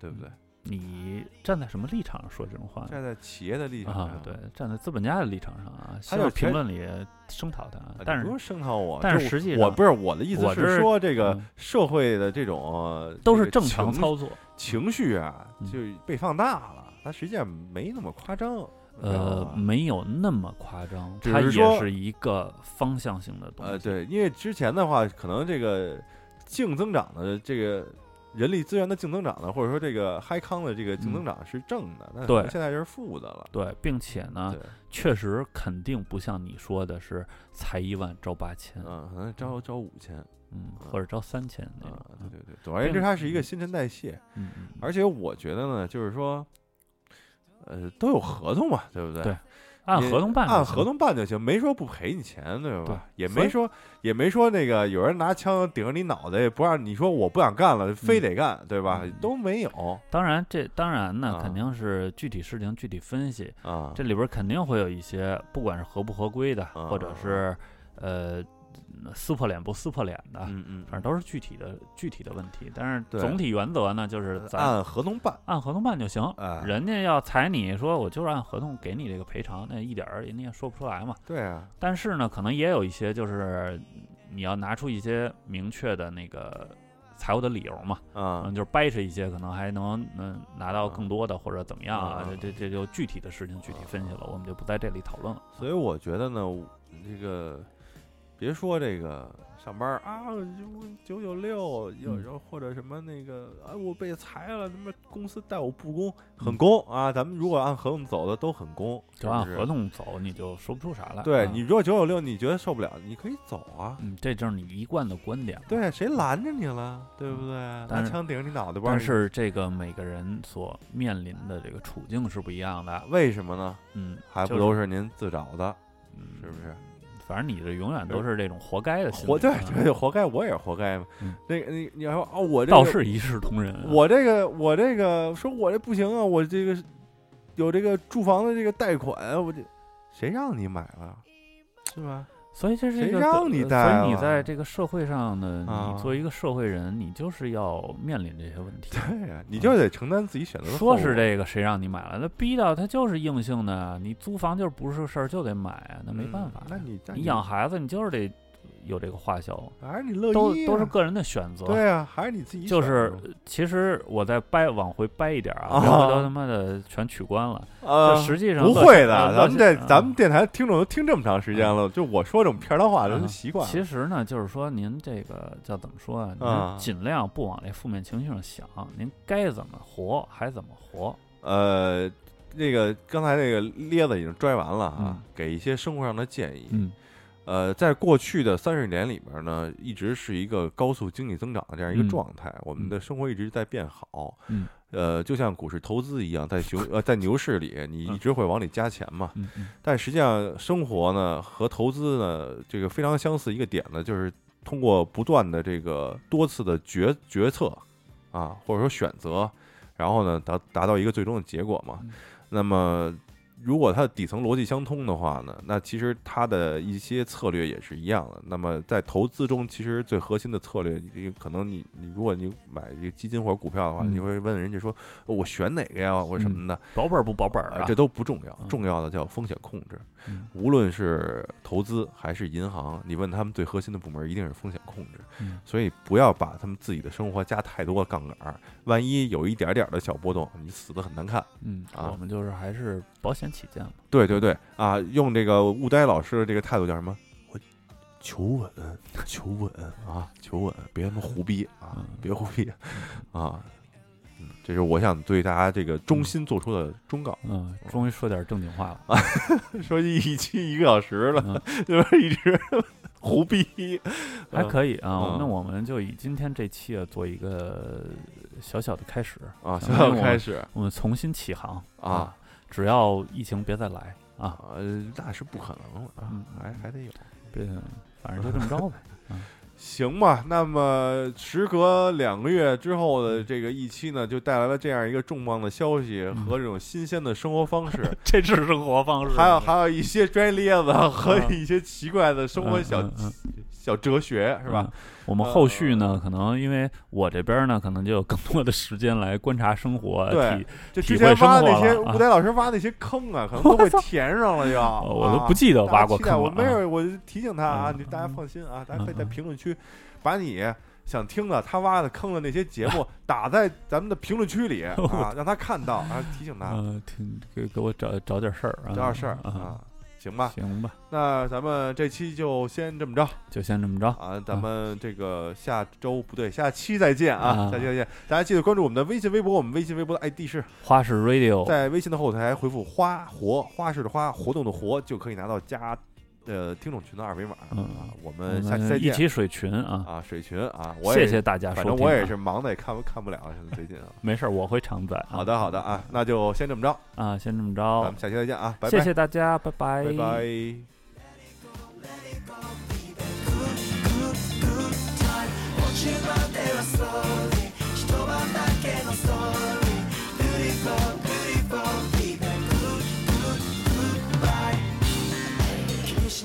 S2: 对不对？
S3: 嗯你站在什么立场上说这种话呢？
S2: 站在企业的立场
S3: 啊
S2: 上，，
S3: 对，站在资本家的立场上啊，希
S2: 就
S3: 望
S2: 是全
S3: 评论里声讨他，
S2: 啊
S3: 但
S2: 你不
S3: 是
S2: 用声讨我，
S3: 但
S2: 就是我
S3: 实际
S2: 我
S3: 上
S2: 不是我的意思
S3: 我这
S2: 是
S3: 是
S2: 说这个
S3: 嗯
S2: 社会的这种呃
S3: 都
S2: 这
S3: 是
S2: 个
S3: 正常
S2: 情
S3: 操作。
S2: 情绪啊，
S3: 嗯
S2: 就被放大了，它实际上没那么夸张，你知道
S3: 呃
S2: 吧，
S3: 没有那么夸张，
S2: 只
S3: 它
S2: 是说
S3: 也是一个方向性的东西。
S2: 呃，对，因为之前的话，可能这个净增长的这个人力资源的净增长呢，或者说这个嗨康的这个净增长是正的，那可
S3: 嗯对啊
S2: 能现在就是负的了。
S3: 对并且呢
S2: 对，，
S3: 确实肯定不像你说的是才一万招八千，
S2: 嗯，可能招招五千
S3: 嗯，
S2: 嗯
S3: 或者招三千那
S2: 啊
S3: 种，，
S2: 对对对。总而言之，
S3: 并
S2: 它是一个新陈代谢，
S3: 嗯嗯，嗯
S2: 而且我觉得呢，就是说，呃，都有合同嘛，对不对？
S3: 对按
S2: 你
S3: 合同办就行，
S2: 按合同办就行，没说不赔你钱，对
S3: 对
S2: 吧？也
S3: 所以
S2: 没说也没说那个有人拿枪顶着你脑袋不让你说我不想干了，非得干，对吧
S3: 嗯？
S2: 都没有
S3: 当然这当然呢，
S2: 啊
S3: 肯定是具体事情具体分析，
S2: 啊，
S3: 这里边肯定会有一些，不管是合不合规的，
S2: 嗯
S3: 或者是呃撕破脸不撕破脸的，
S2: 嗯嗯，
S3: 啊反正都是具体的具体的问题。但是
S2: 对
S3: 总体原则呢，就是
S2: 呃
S3: 咱
S2: 按合同办，
S3: 按合同办就行。
S2: 哎
S3: 人家要裁你说我就是按合同给你这个赔偿，那一点儿人家也说不出来嘛。
S2: 对啊，
S3: 但是呢，可能也有一些就是你要拿出一些明确的那个财务的理由嘛，
S2: 啊
S3: 嗯，，就是掰扯一些，可能还能嗯拿到更多的或者怎么样
S2: 啊
S3: 啊？这这这就具体的事情具体分析了，我们就不在这里讨论了。
S2: 所以我觉得呢，我这个别说这个上班儿啊，九九六，有
S3: 嗯
S2: 时候或者什么那个，啊，我被裁了，他妈公司带我不公，很公啊。咱们如果按合同走的都很公，
S3: 嗯就按
S2: 是不是
S3: 合。同走，你就说不出啥来。
S2: 对
S3: 啊
S2: 你，，如果九九六你觉得受不了，你可以走啊。
S3: 嗯，这就是你一贯的观点。，
S2: 对，谁拦着你了？对不对？拿
S3: 但是
S2: 枪顶着你脑袋，不让
S3: 但
S2: 你
S3: 是这个每个人所面临的这个处境是不一样的。
S2: 为什么呢？
S3: 嗯，
S2: 还不
S3: 就是
S2: 都是您自找的，
S3: 嗯
S2: 是不是？
S3: 反正你这永远都是这种活该的心理。
S2: 活对
S3: 啊
S2: 对，对活该，我也是活该嘛
S3: 嗯。
S2: 那个你你要说哦，我这
S3: 倒
S2: 个
S3: 是一视同仁啊。
S2: 我这个我这个说我这不行啊，我这个有这个住房的这个贷款，啊我这谁让你买了，是吧？
S3: 所以这是一个呃
S2: 谁让你带
S3: 所以你
S2: 了
S3: 在这个社会上呢，
S2: 啊
S3: 你作为一个社会人，你就是要面临这些问题。啊
S2: 对呀、你就得承担自己选择的后
S3: 嗯说
S2: 果。
S3: 是这个谁让你买了，那逼到他就是硬性的，啊你租房就是不是事儿就得买啊，那
S2: 嗯，
S3: 没办法呀。
S2: 那你那
S3: 你养孩子，你就是得有这个花销，
S2: 还是你乐意、啊，
S3: 都都是个人的选择。
S2: 对啊，还是你自己
S3: 就
S2: 选
S3: 是
S2: 择，
S3: 其实我再掰往回掰一点啊，
S2: 啊
S3: 别回头他妈的全取关了。
S2: 啊
S3: 就，实际上呃
S2: 不
S3: 乐
S2: 会
S3: 享
S2: 的，咱
S3: 乐
S2: 们这
S3: 享
S2: 咱们电台听众都听这么长时间了，就我说这种片儿的话，人
S3: 啊
S2: 都习惯了。
S3: 其实呢，就是说您这个叫怎么说啊？
S2: 啊
S3: 您尽量不往那负面情绪上想，您该怎么活还怎么活。
S2: 呃，那个刚才那个咧子已经拽完了啊，
S3: 嗯
S2: 给一些生活上的建议。
S3: 嗯
S2: 呃，在过去的三十年里面呢，一直是一个高速经济增长的这样一个
S3: 嗯
S2: 状态，我们的生活一直在变好。
S3: 嗯，
S2: 呃，就像股市投资一样，在熊呃在牛市里，你一直会往里加钱嘛。
S3: 嗯嗯
S2: 但实际上，生活呢和投资呢，这个非常相似一个点呢，就是通过不断的这个多次的决决策啊，或者说选择，然后呢达达到一个最终的结果嘛
S3: 嗯。
S2: 那么，如果它的底层逻辑相通的话呢，那其实它的一些策略也是一样的。那么在投资中，其实最核心的策略，你可能你你如果你买一个基金或者股票的话，
S3: 嗯
S2: 你会问人家说，哦我选哪个呀，或者什么的。
S3: 保本儿不保本儿
S2: 啊，
S3: 啊？
S2: 这都不重要
S3: 嗯，
S2: 重要的叫风险控制。
S3: 嗯
S2: 无论是投资还是银行，你问他们最核心的部门一定是风险控制，
S3: 嗯
S2: 所以不要把他们自己的生活加太多的杠杆儿，万一有一点点儿的小波动，你死的很难看。
S3: 嗯，
S2: 啊
S3: 我们就是还是保险起见嘛。
S2: 对对对，啊，用这个雾呆老师的这个态度叫什么？我求稳，求稳啊，求稳，别他妈胡逼啊
S3: 嗯，
S2: 别胡逼啊。嗯，这是我想对大家这个衷心做出的忠告。
S3: 嗯，终于说点正经话了。
S2: [LAUGHS] 说一期一个小时了， [LAUGHS]
S3: 嗯
S2: 就是一直胡 [LAUGHS] 逼，
S3: 还可以啊
S2: 嗯，
S3: 那我们就以今天这期啊做一个小小的开始
S2: 啊，
S3: 相
S2: 现
S3: 当于
S2: 在
S3: 我们
S2: 开始
S3: 我们重新起航
S2: 啊，
S3: 只要疫情别再来啊，
S2: 啊，那是不可能了啊
S3: 嗯，
S2: 还还得有。
S3: 别反正就这么着呗。
S2: 行吧，那么时隔两个月之后的这个一期呢，就带来了这样一个重磅的消息
S3: 嗯
S2: 和这种新鲜的生活方
S3: [LAUGHS]
S2: 式，
S3: [LAUGHS] 这是生活方式
S2: 还有还有一些拽咧子和
S3: 啊
S2: 一些奇怪的生活小
S3: 嗯嗯
S2: 小哲学，是吧？
S3: 嗯？我们后续呢，可能因为我这边呢，可能就有更多的时间来观察生活。
S2: 对
S3: 体，
S2: 就
S3: 体
S2: 之
S3: 会
S2: 前
S3: 生
S2: 挖的
S3: 活
S2: 那些
S3: 了啊
S2: 吴丹老师挖那些坑啊，可能都会填上了就，
S3: 呃我都不记得
S2: 大
S3: 挖
S2: 家
S3: 过
S2: 期待
S3: 坑
S2: 我
S3: 了
S2: 没
S3: 啊。
S2: 有，我就提醒他啊，
S3: 嗯
S2: 你大家放心啊，大家可以在
S3: 嗯嗯
S2: 评论区把你想听的他挖的坑的那些节
S3: [LAUGHS]
S2: 目打在咱们的评论区里啊，让他看到啊，提醒他
S3: 嗯，挺给给我找找点事儿啊，
S2: 这点事儿
S3: 啊
S2: 啊。行吧，
S3: 行吧，
S2: 那咱们这期就先这么着
S3: 就先这么着。
S2: 啊，咱们这个下周不对，下期再见啊，
S3: 啊
S2: 下期再见，大家记得关注我们的微信、微博，我们微信、微博的 ID 是
S3: 花式 Radio，
S2: 在微信的后台回复“花活”，花式的花，活动的活，就可以拿到加呃听众群的二维码
S3: 嗯
S2: 啊。我
S3: 我
S2: 们下期再
S3: 们一
S2: 见。
S3: 起水群啊！
S2: 啊，水群啊，我也
S3: 谢谢大家收
S2: 反
S3: 听啊。
S2: 正我也是忙的，也看不看不了，现在最近啊。
S3: 没事儿，我会常在啊。
S2: 好的，好的啊，那就先这么着，
S3: 啊，先这么
S2: 咱
S3: 着
S2: 们，下期再见啊，拜
S3: 谢
S2: 拜，
S3: 谢大家，拜拜，
S2: 拜拜。
S1: 気にし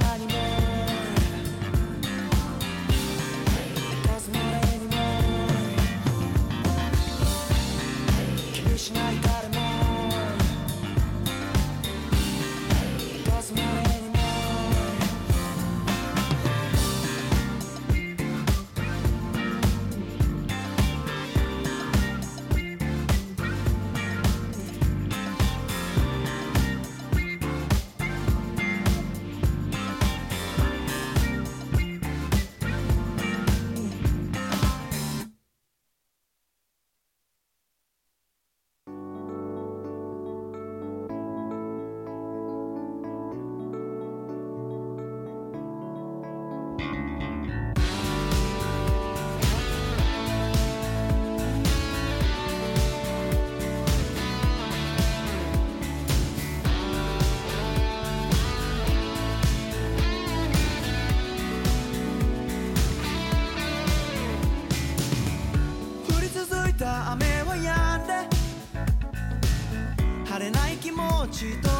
S1: 何も It doesn't matter anymore 気にしない誰も It doesn't matter anymore 降り続いた雨は止んで晴れない気持ちと